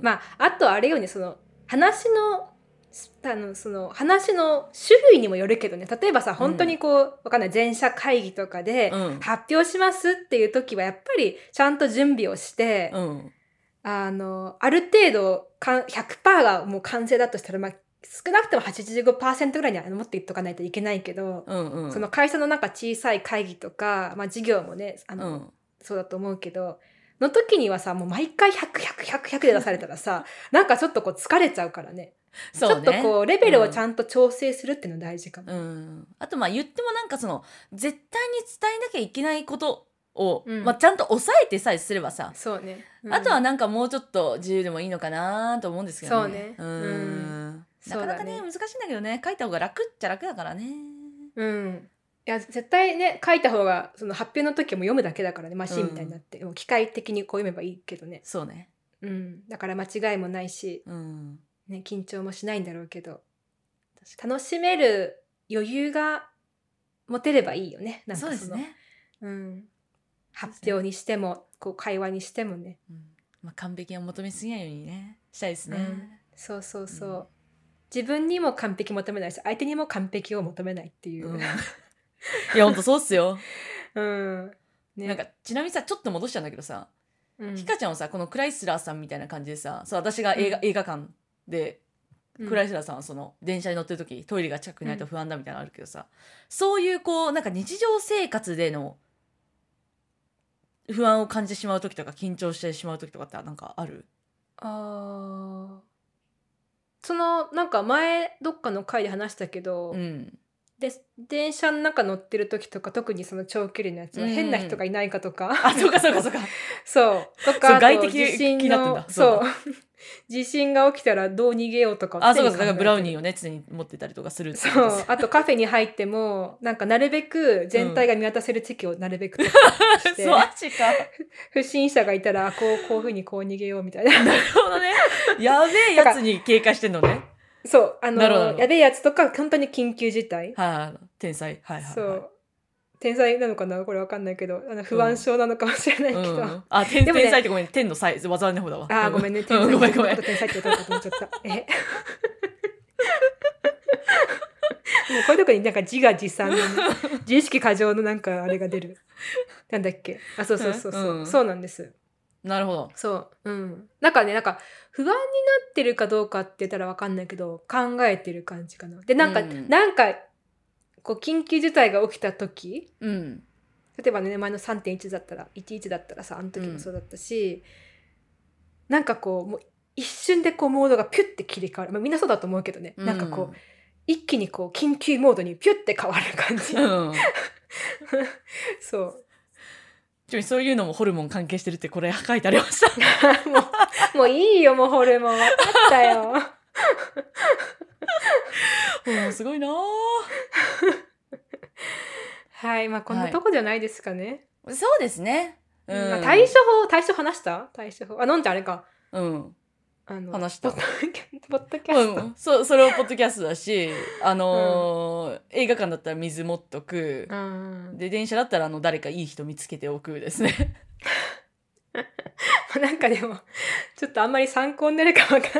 S1: ん、
S2: まああとあれよねその話のすあのその話の種類にもよるけどね例えばさ本当にこう、わかんない全社会議とかで、
S1: うん
S2: 発表しますっていう時はやっぱりちゃんと準備をして、
S1: うん
S2: あのある程度かん100%がもう完成だとしたら、まあ、少なくとも85%ぐらいには持っていっとかないといけないけど、
S1: うんうん
S2: その会社のなんか小さい会議とか、まあ、事業もねあ
S1: う
S2: の、
S1: ん
S2: そうだと思うけどの時にはさもう毎回100100100100で出されたら さなんかちょっとこう疲れちゃうからねち
S1: そ
S2: ょ
S1: う
S2: っ
S1: ね
S2: とこうレベルをちゃんと調整するっていうの大事かも。
S1: うん、あとまあ言ってもなんかその絶対に伝えなきゃいけないことを、
S2: うん
S1: まあ、ちゃんと抑えてさえすればさ、
S2: そうね、
S1: あとは
S2: ね
S1: なんかもうちょっと自由でもいいのかなと思うんですけどね。
S2: そ
S1: ー
S2: うねうん
S1: なかなかね
S2: そうだ
S1: 難しいんだけどね書いた方が楽っちゃ楽だからね。
S2: うんいや絶対ね書いた方がその発表の時はもう読むだけだからねマシンみたいになって、もう機械的にこう読めばいいけどね、
S1: そうね、
S2: うん、だから間違いもないし、
S1: うん、
S2: ね、緊張もしないんだろうけど
S1: 確
S2: 楽しめる余裕が持てればいいよねなんか
S1: そうです
S2: の
S1: ね。
S2: うん、発表にしてもこう会話にしてもね
S1: うんまあ、完璧を求めすぎないようにねしたいですね。
S2: うんそうそうそう、
S1: うん
S2: 自分にも完璧求めないし相手にも完璧を求めないっていう、
S1: うんいやほんとそうっすよ、
S2: うんね
S1: なんかちなみにさちょっと戻しちゃうんだけどさ、
S2: うん
S1: ひかちゃんはさこのクライスラーさんみたいな感じでさそう私が映画,、
S2: うん
S1: 映画館で
S2: うん
S1: クライスラーさんはその電車に乗ってる時トイレが近くにないと不安だみたいなのあるけどさ、そういうこうなんか日常生活での不安を感じてしまう時とか緊張してしまう時とかってなんかある
S2: あーそのなんか前どっかの回で話したけど、
S1: うん
S2: で電車の中乗ってる時とか特にその長距離のやつは
S1: うんうん
S2: 変な人がいないかとか、
S1: あそうかそう かそうか
S2: そうと
S1: そう
S2: か
S1: 外
S2: あと
S1: 的
S2: 地震
S1: 気になってんだ
S2: のそう 地震が起きたらどう逃げようとか
S1: あそうかそうかだからブラウニ
S2: ー
S1: ーをね常に持ってたりとかするってこ
S2: そ
S1: とです
S2: うあとカフェに入ってもなんかなるべく全体が見渡せる地域をなるべく取っ
S1: そ
S2: て
S1: う
S2: して、
S1: マジか。
S2: 不審者がいたらこうこういうふうにこう逃げようみたいな
S1: なるほどね。やべえやつに警戒してんのね。
S2: そうあの
S1: なるほどなるほど
S2: やべえやつとか本当に緊急事態
S1: はい、天才。はいはい、
S2: そ
S1: は
S2: う天才なのかなこれわかんないけどあの不安症なのかもしれない
S1: い。
S2: けど、
S1: うん、 あ天、
S2: でもね
S1: 天才ってごめん天の才技の方だわ。
S2: あー
S1: う
S2: ごめんね天
S1: う
S2: 才
S1: ごめんごめん。
S2: 自分のこと天才って言ったのかと思っちゃったえ もうこういうとこになんか自画自賛のね、自意識過剰のなんかあれが出るなんだっけあそうそうそうそう、
S1: うん
S2: そうなんです
S1: なるほど。
S2: そううんなんかねなんか不安になってるかどうかって言ったらわかんないけど考えてる感じかなでなんか、
S1: うん
S2: なんかこう緊急事態が起きた時
S1: うん。
S2: 例えばね前の3.1だったら11だったらさあの時もそうだったし、なんかこうもう一瞬でこうモードがピュッて切り替わる、まあ、みんなそうだと思うけどね、 なんかこう一気にこう緊急モードにピュッて変わる感じ、
S1: うん。うん。
S2: そう
S1: ちなみにそういうのもホルモン関係してるってこれ書いてありました。
S2: もうもういいよもうホルモン分かった よ
S1: ホルモンすごいなー
S2: はいまあこんなとこじゃないですかね、
S1: そうですね。う
S2: うんまあ
S1: ん。
S2: 対処法対処話した対処法あのんちゃんあれか
S1: うん。
S2: あの
S1: 話した
S2: ポッドキャポッドキャ
S1: う
S2: スト、
S1: ん、そそれをポッドキャストだし、あのー映画館だったら水持っとく。
S2: うん
S1: で電車だったらあの誰かいい人見つけておくです ね。
S2: なんかでもちょっとあんまり参考になるかわかんない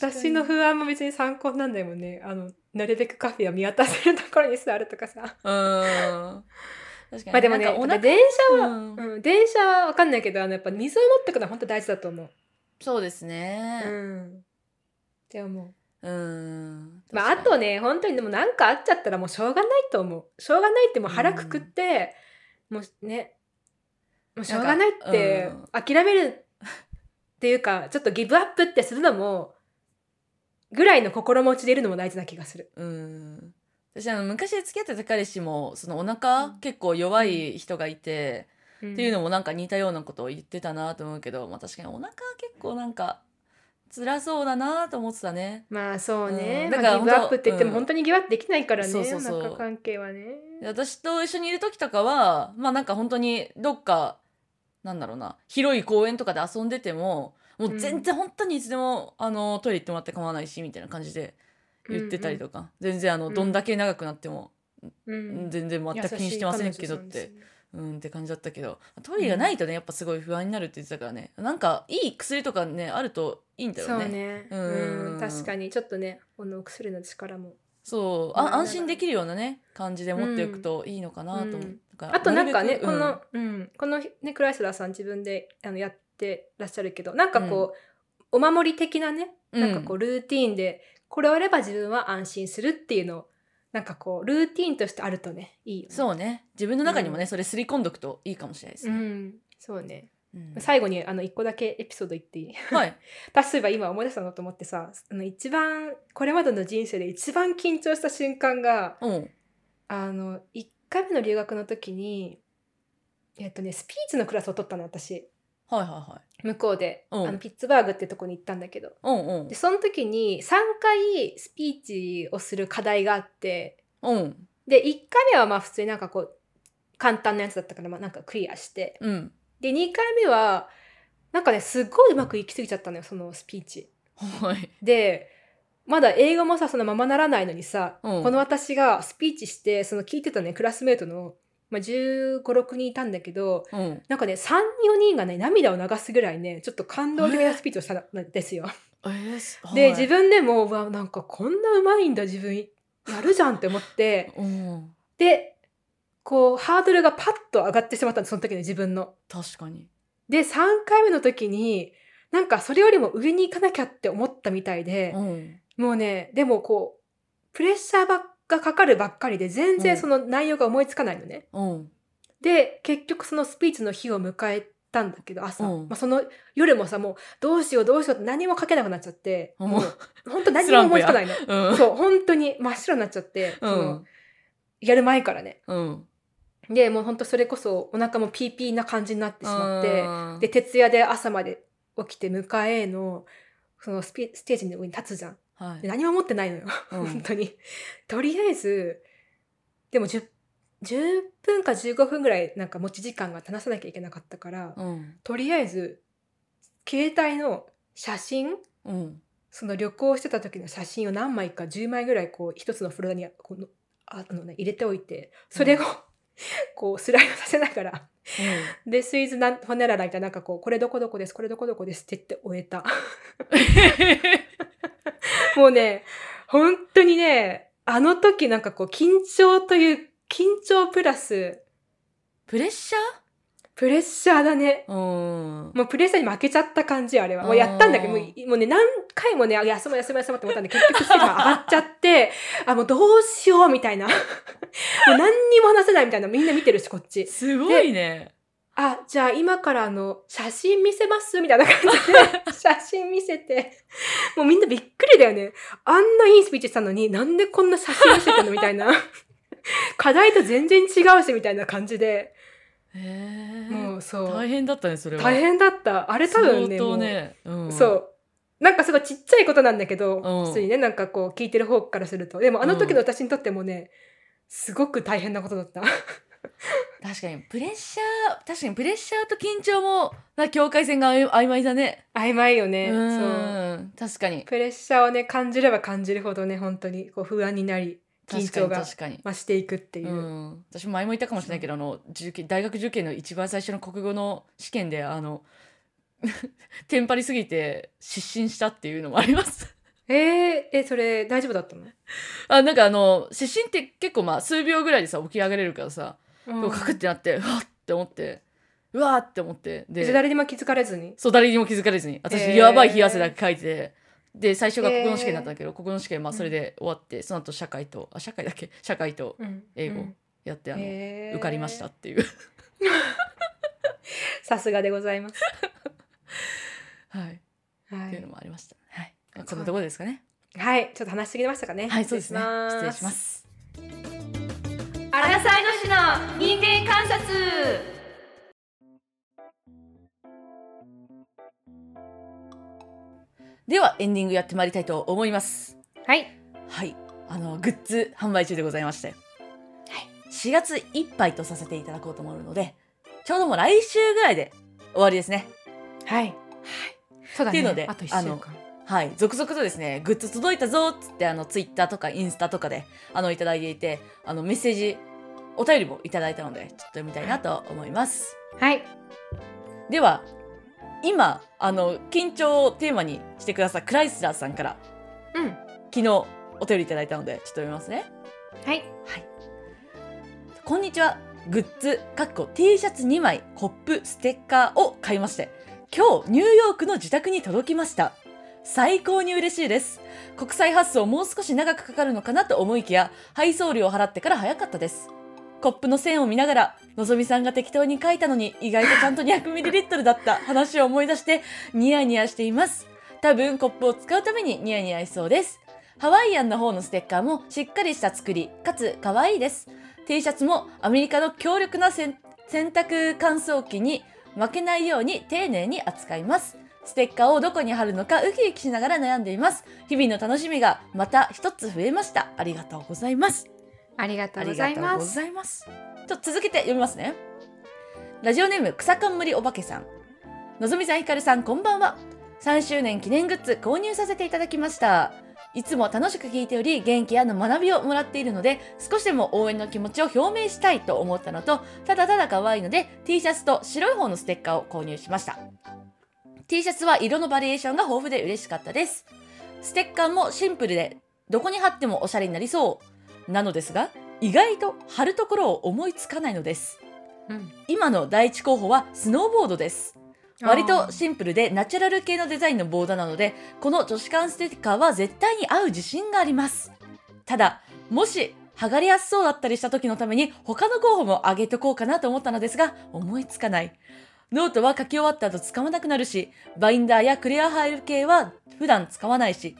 S2: 私の不安も別に参考になんないもんねあのなるべくカフェを見渡せるところに座るとかさ
S1: うん。確かに。
S2: まあでもね
S1: なんかお
S2: やっぱ
S1: 腹
S2: 電車は、
S1: うん
S2: うん電車はわかんないけどあのやっぱ水を持ってくのは本当大事だと思う
S1: そうです
S2: う
S1: ね。
S2: んって思
S1: うん。
S2: うまああ
S1: 確か
S2: とね本当にでもなんかあっちゃったらもうしょうがないと思うしょうがないってもう腹くくって、もうねもうしょうがないって
S1: なん
S2: 諦めるっていうかちょっとギブアップってするのもぐらいの心持ちでいるのも大事な気がする
S1: にうん。私あの昔付き合ってた彼氏もそのお腹、
S2: うん
S1: 結構弱い人がいて、
S2: っ
S1: っていうのもなんか似たようなことを言ってたなと思うけど、まあ、確かにお腹は結構なんか辛そうだなと思ってたね。
S2: まあそうね、
S1: うん
S2: まあ
S1: だから
S2: ギブアッ
S1: 本
S2: プ
S1: 当
S2: って言っても
S1: うん
S2: 本当にギブアップできないからね、
S1: そうそうそう
S2: お腹関係はね
S1: で私と一緒にいる時とかはまあなんか本当にどっかなんだろうな広い公園とかで遊んでてももう全然本当にいつでも、あのトイレ行ってもらって構わないしみたいな感じで言ってたりとか、全然あの、
S2: うん
S1: どんだけ長くなっても
S2: うんうん
S1: 全然全く気にしてませんけどっ
S2: 優しい彼女さんです
S1: て
S2: ね
S1: うんって感じだったけどトイレがないとねやっぱすごい不安になるって言ってたからねなんかいい薬とかねあるといいんだ
S2: そ
S1: よ
S2: う
S1: ね
S2: ね
S1: う
S2: うんん確かにちょっとねこのお薬の力も
S1: そう
S2: 学んだ
S1: あ
S2: ら
S1: 安心できるようなね感じで持っておくといいのかなと思う
S2: うん
S1: だから
S2: あとなんかね、
S1: るべく
S2: こ
S1: うん
S2: の、うん、このね、クライスラーさん自分であのやってらっしゃるけど、なんかこう、お守り的なね、なんかこう、ルーティーンで、これをやれば自分は安心するっていうのを、なんかこう、ルーティーンとしてあるとね、いいよね。
S1: そうね自分の中にもね、
S2: うん
S1: それすり込んどくといいかもしれないです
S2: う
S1: ね、
S2: ん、そうね。
S1: うん
S2: 最後に、あの、一個だけエピソード言っていい
S1: はい
S2: 私そういえば今思い出したのと思ってさ、あの、一番、これまでの人生で一番緊張した瞬間が、
S1: うん
S2: あの、1回目の留学の時に、えっとね、スピーチのクラスを取ったの、私。
S1: はいはいはい
S2: 向こうで、
S1: うん
S2: あのピッツバーグってとこに行ったんだけど
S1: うんうん
S2: でその時に3回スピーチをする課題があって
S1: うん
S2: で1回目はまあ普通になんかこう簡単なやつだったからまあなんかクリアして
S1: うん
S2: で2回目はなんかねすっごいうまくいきすぎちゃったのよそのスピーチ。
S1: はい
S2: でまだ英語もさそのままならないのにさ、
S1: うん
S2: この私がスピーチしてその聞いてたねクラスメートの、まあ、1 5 6人いたんだけど、
S1: うん
S2: なんかね、3、4人がね、涙を流すぐらいね、ちょっと感動的なスピーチをしたんですよ。
S1: えーすはい
S2: で、自分でも、うわ、なんかこんなうまいんだ、自分、やるじゃんって思って、
S1: うん
S2: で、こう、ハードルがパッと上がってしまったのその時の自分の。
S1: 確かに
S2: で、3回目の時に、なんかそれよりも上に行かなきゃって思ったみたいで
S1: う、ん
S2: もうね、でもこう、プレッシャーばっかかかるばっかりで、全
S1: う
S2: 然
S1: ん
S2: その内容が思いつかないのね。
S1: うん
S2: で結局そのスピーチの日を迎えたんだけど朝、
S1: うん
S2: まあ、その夜もさもうどうしようどうしようって何も書けなくなっちゃって
S1: うん
S2: もう本当何も思いつかないの。
S1: うん
S2: そう本当に真っ白になっちゃって、
S1: う
S2: その
S1: ん
S2: やる前からね
S1: うん
S2: でもう本当それこそお腹もピーピーな感じになってしまって
S1: あー
S2: で徹夜で朝まで起きて迎えのそのスピステージの上に立つじゃん
S1: は
S2: で
S1: い
S2: 何も持ってないのよ、
S1: うん
S2: 本当にとりあえずでも 10, 10分か15分ぐらいなんか持ち時間が話さなきゃいけなかったから、
S1: うん
S2: とりあえず携帯の写真
S1: うん
S2: その旅行してた時の写真を何枚か10枚ぐらいこう一つのフロアにこのああの、ね、入れておいてそれを、 こうスライドさせながらでスイーズなんホネララみたいななんかこうこれどこどこですこれどこどこですって言って終えたもうね本当にねあの時なんかこう緊張という緊張プラス
S1: プレッシ
S2: プレッシャーだね
S1: ャーうん
S2: もうプレッシャーに負けちゃった感じあれはもうやったんだけど
S1: あ
S2: も
S1: ー
S2: うもうね何回もねあ休もう休もう休もうって思ったんで結局ステージが上がっちゃってあもうどうしようみたいな もう何にも話せないみたいなみんな見てるしこっち
S1: すごいね
S2: あじゃあ今からあの写真見せますみたいな感じで写真見せて もうみんなびっくりだよねあんないいスピーチしたのになんでこんな写真見せてんのみたいな課題と全然違うしみたいな感じで
S1: へえ
S2: もうそう
S1: 大
S2: 大
S1: 変だったねそれは
S2: 変だったあれ多分
S1: 相
S2: ね
S1: 当
S2: もう
S1: ねうん
S2: そう。なんかすごいちっちゃいことなんだけど、
S1: うん
S2: 普通にね、なんかこう聞いてる方からすると。でもあの時の私にとってもね、すごく大変なことだった。
S1: 確かにプレッシャー確かにプレッシャーと緊張もな境界線が曖曖昧だね
S2: 曖昧よね。そう。
S1: うん確かに
S2: プレッシャーをね、感じれば感じるほどね、本当にこう不安になり、
S1: 確
S2: 緊張
S1: かに
S2: が
S1: 確かに
S2: 増していくっていうう。
S1: ん、私前も言ったかもしれないけどあの受験大学受験の一番最初の国語の試験であの テンパりすぎて失神したっていうのもあります
S2: えー、え、それ大丈夫だったの
S1: あなんかあの失神って結構まあ数秒ぐらいでさ起き上がれるからさ、
S2: うん
S1: カクってなってうわっって思ってうわーって思ってで
S2: じゃあ誰にも気づかれずに。
S1: そう、誰にも気づかれずに。私、
S2: へー
S1: やばい冷や汗だけ書いてて。で、最初が国語の試験だったんだけど、国語の試験、まあ、
S2: うん
S1: それで終わって、その後、社会と、あ、社会だっけ社会と
S2: うん
S1: 英語
S2: うん
S1: やって、あの、
S2: へー
S1: 受かりましたっていう。
S2: さすがでございます。
S1: はい。
S2: は
S1: っていう
S2: い
S1: の。もありました。はい。こんなところですかね。
S2: はい。ちょっと話しすぎましたかね。
S1: はい、そうですね。
S2: 失
S1: 失
S2: 礼
S1: 礼
S2: し
S1: し
S2: ま。
S1: ますす。
S2: 才の市の人間観察
S1: ではエンディングやってまいりたいと思います
S2: はい
S1: はいあのグッズ販売中でございまして、4月いっぱいとさせていただこうと思うのでちょうどもう来週ぐらいで終わりですね
S2: はいそうだ
S1: っていうの
S2: ね
S1: で
S2: あと一週
S1: あの
S2: 間
S1: はい続々とですねグッズ届いたぞっつってあのツイッターとかインスタとかであのいただいていてあのメッセージお便りもいただいたのでちょっと読みたいなと思います、
S2: はい
S1: では今あの緊張をテーマにしてくださったクライスラーさんから
S2: うん
S1: 昨日お便りいただいたのでちょっと読みますね
S2: はい
S1: こんにちはグッズかっこ T シャツ2枚コップステッカーを買いまして今日ニューヨークの自宅に届きました最高に嬉しいです国際発送もう少し長くかかるのかなと思いきや配送料を払ってから早かったですコップの線を見ながらのぞみさんが適当に書いたのに意外とちゃんと 200ml だった話を思い出してニヤニヤしています多分コップを使うためにニヤニヤしそうですハワイアンの方のステッカーもしっかりした作りかつ可愛いです T シャツもアメリカの強力な洗洗濯乾燥機に負けないように丁寧に扱います。ステッカーをどこに貼るのかウキウキしながら悩んでいます。日々の楽しみがまた一つ増えました。ありがとうございます。
S2: ありがと
S1: あ
S2: うご
S1: り
S2: ざ
S1: が
S2: い
S1: とう
S2: ま
S1: ご
S2: す
S1: ざいます。ちょっと続けて読みますね。ラジオネーム草冠おばけさん。のぞみさんひかるさんこんばんは。3周年記念グッズ購入させていただきました。いつも楽しく聞いており元気やの学びをもらっているので少しでも応援の気持ちを表明したいと思ったのとただただ可愛いので T シャツと白い方のステッカーを購入しました T シャツは色のバリエーションが豊富で嬉しかったですステッカーもシンプルでどこに貼ってもおしゃれになりそうなのですが意外と貼るところを思いつかないのです
S2: うん
S1: 今の第一候補はスノーボードです割とシンプルでナチュラル系のデザインのボーダーなのでこの女子缶ステッカーは絶対に合う自信がありますただもし剥がれやすそうだったりした時のために他の候補も上げとこうかなと思ったのですが思いつかないノートは書き終わった後使わなくなるしバインダーやクレアファイル系は普段使わないし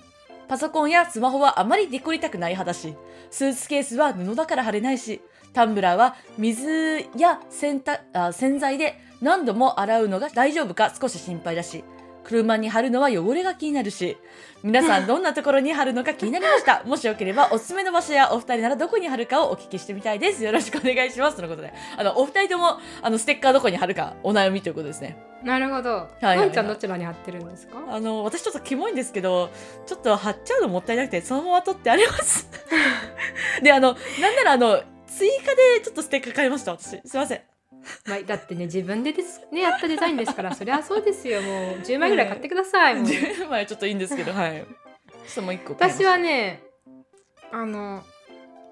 S1: パソコンやスマホはあまりデコりたくない派だしスーツケースは布だから貼れないしタンブラーは水や洗濯あ洗剤で何度も洗うのが大丈夫か少し心配だし車に貼るのは汚れが気になるし皆さんどんなところに貼るのか気になりま したもしよければおすすめの場所やお二人ならどこに貼るかをお聞きしてみたいですよろしくお願いしますとのことであのお二人ともあのステッカーどこに貼るかお悩みということですね
S2: なるほど
S1: いはい
S2: のんちゃんどちらに貼ってるんですか
S1: あの私ちょっとキモいんですけどちょっと貼っちゃうのもったいなくてそのまま取ってあります であのなんならあの追加でちょっとステッカー買いました私すいません
S2: まあ、だってね自分でですねやったデザインですから そりゃそうですよもう10枚ぐらい買ってください、もう
S1: 10枚ちょっといいんですけどはいちょっともう一個買いまし
S2: 私
S1: た
S2: はねあの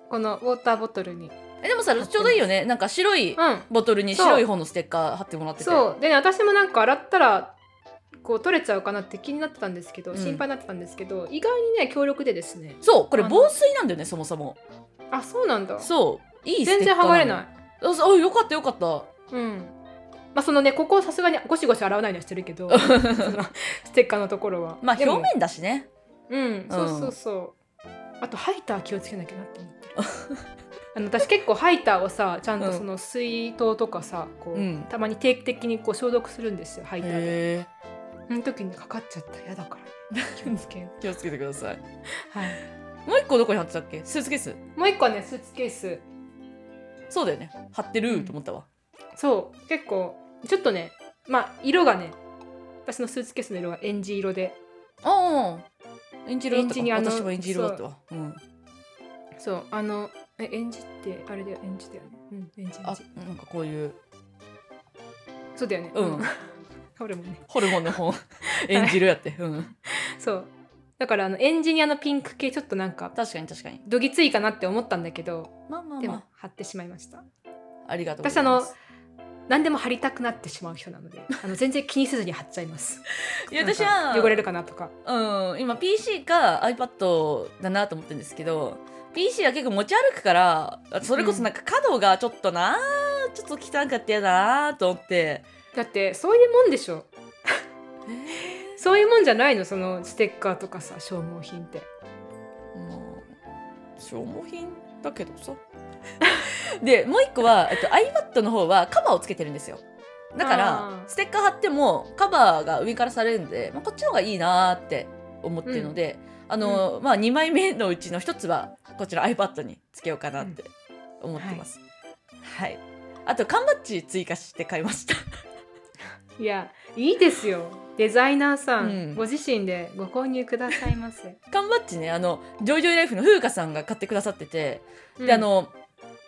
S2: このウォーターボトルに
S1: えでもさちょうどいいよねなんか白い
S2: うん
S1: ボトルに白い方のステッカー貼ってもらってて
S2: そうでね私もなんか洗ったらこう取れちゃうかなって気になってたんですけど、
S1: うん
S2: 心配になってたんですけど意外にね強力でですね
S1: そうこれ
S2: あの
S1: 防水なんだよねそもそも
S2: あそうなんだ
S1: そういいス
S2: 全
S1: テッ
S2: 然
S1: カー
S2: 剥がれ
S1: い
S2: な
S1: あそうあよかったよか った
S2: いうんまあそのねここをさすがにゴシゴシ洗わないようにしてるけ どそのステッカーのところは
S1: まあ
S2: で
S1: 表
S2: も
S1: 面だしね
S2: うん、そうそうそう。あとハイター気をつけなきゃなって思ってる。あの私結構ハイターをさちゃんとその水筒とかさ、こう
S1: うん
S2: たまに定期的にこう消毒するんですよハイターで。
S1: へ
S2: その時にかかっちゃったら嫌だから、ね、気をつけよう
S1: え気をつけてください
S2: はい。
S1: もう一個どこに貼ってたっけスーツケース
S2: もう一個はねスーツケース
S1: そうだよね貼ってると思ったわ、
S2: そう結構ちょっとねまあ色がね私のスーツケースの色がエンジ色で
S1: ああエンジ色だった
S2: エンジ
S1: か
S2: にあの
S1: 私もエンジ色だったわう、ん、
S2: そうあのえエンジってあれだよエンジだよねうんエンジエン
S1: あ
S2: ジ
S1: なんかこういう
S2: そうだよね
S1: うん
S2: これもね
S1: ホルモンの 本エンジ色やって、うん
S2: そうだからあのエンジニアのピンク系ちょっとなんか
S1: 確かに確かに
S2: どぎついかなって思ったんだけど
S1: まあまあ
S2: で
S1: ま
S2: も
S1: あ
S2: 貼ってしまいました
S1: ありがとうございます
S2: 私何でも貼りたくなってしまう人なのであの全然気にせずに貼っちゃいます
S1: いや
S2: なん
S1: 私
S2: か
S1: は
S2: 汚れるかなとか
S1: うん、今 PC か iPad だなと思ってるんですけど PC は結構持ち歩くからそれこそなんか角がちょっとな、ちょっと汚かったやだなと思って
S2: だってそういうもんでしょそういうもんじゃないのそのステッカーとかさ消耗品って
S1: まあ消耗品だけどさ でもう一個は、えっと、iPad の方はカバーをつけてるんですよだか
S2: あ
S1: ら
S2: ー
S1: ステッカー貼ってもカバーが上からされるんで、まあ、こっちの方がいいなーって思ってるので、あのまあ、2枚目のうちの1つはこちら iPad につけようかなって思ってます、はい、あと缶バッジ追加して買いました
S2: いやいいですよデザイナーさん、
S1: うん
S2: ご自身でご購入くださいませ
S1: 缶バッジねあのジョイジョイライフの風花さんが買ってくださってて、
S2: う ん
S1: であ、の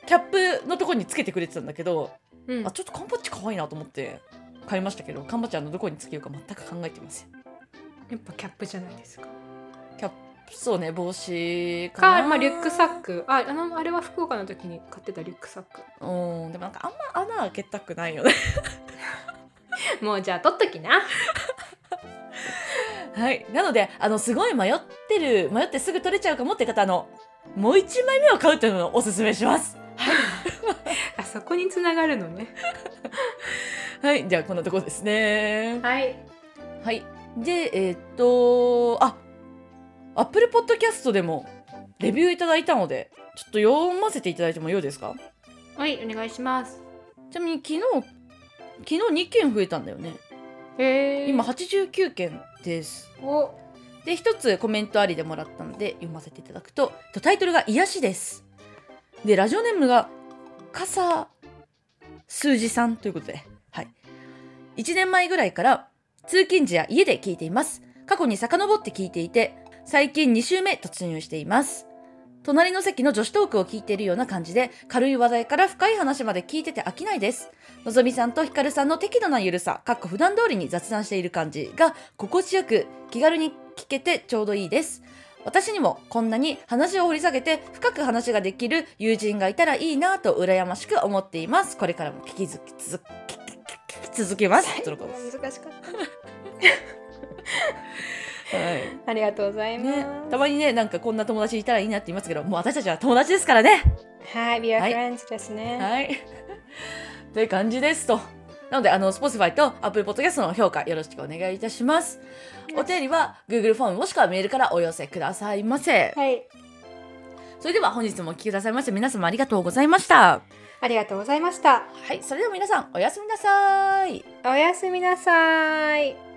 S1: キャップのとこにつけてくれてたんだけど、
S2: うん
S1: あちょっと缶バッジ可愛いなと思って買いましたけど缶バッジあのどこにつけようか全く考えてません
S2: やっぱキャップじゃないですか
S1: そうね帽子かな
S2: か、まあ、リュックサックああのあれは福岡の時に買ってたリュックサック
S1: うんでもなんかあんま穴開けたくないよね
S2: もうじゃあ取っときな
S1: はいなのであのすごい迷ってる迷ってすぐ取れちゃうかもって方あのもう1枚目を買うというのをおすすめします
S2: あそこにつながるのね
S1: はいじゃあこんなところですね
S2: はい
S1: はい。で、えーっと、あ、Apple Podcast でもレビューいただいたので、ちょっと読ませていただいてもよいですか
S2: はいお願いします
S1: ちなみに昨日、昨日2件増えたんだよね。
S2: へえ
S1: 今89件です。
S2: お
S1: で、一つコメントありでもらったので読ませていただくと、えっとタイトルが癒しです。で、ラジオネームが、笠数字さんということで、はい。1年前ぐらいから、通勤時や家で聞いています。過去に遡って聞いていて、最近2週目突入しています。隣の席の女子トークを聞いているような感じで、軽い話題から深い話まで聞いてて飽きないです。のぞみさんとひかるさんの適度なゆるさ、かっこ普段通りに雑談している感じが心地よく気軽に聞けてちょうどいいです。私にもこんなに話を掘り下げて深く話ができる友人がいたらいいなと羨ましく思っています。これからも聞き続き続き聞き続けます。とのことです
S2: 難しかっ
S1: はい
S2: たありがとうございます、
S1: ね、たまにねなんかこんな友達いたらいいなって言いますけどもう私たちは友達ですからね
S2: はい We are
S1: はい
S2: friends ですね
S1: はい という感じですとなのであの Spotify と Apple Podcast の評価よろしくお願いいたしますお便りは Google フォームもしくはメールからお寄せくださいませ、
S2: はい
S1: それでは本日もお聞きくださいまして皆様ありがとうございました
S2: ありがとうございました
S1: はいそれでは皆さんおやすみなさい
S2: おやすみなさい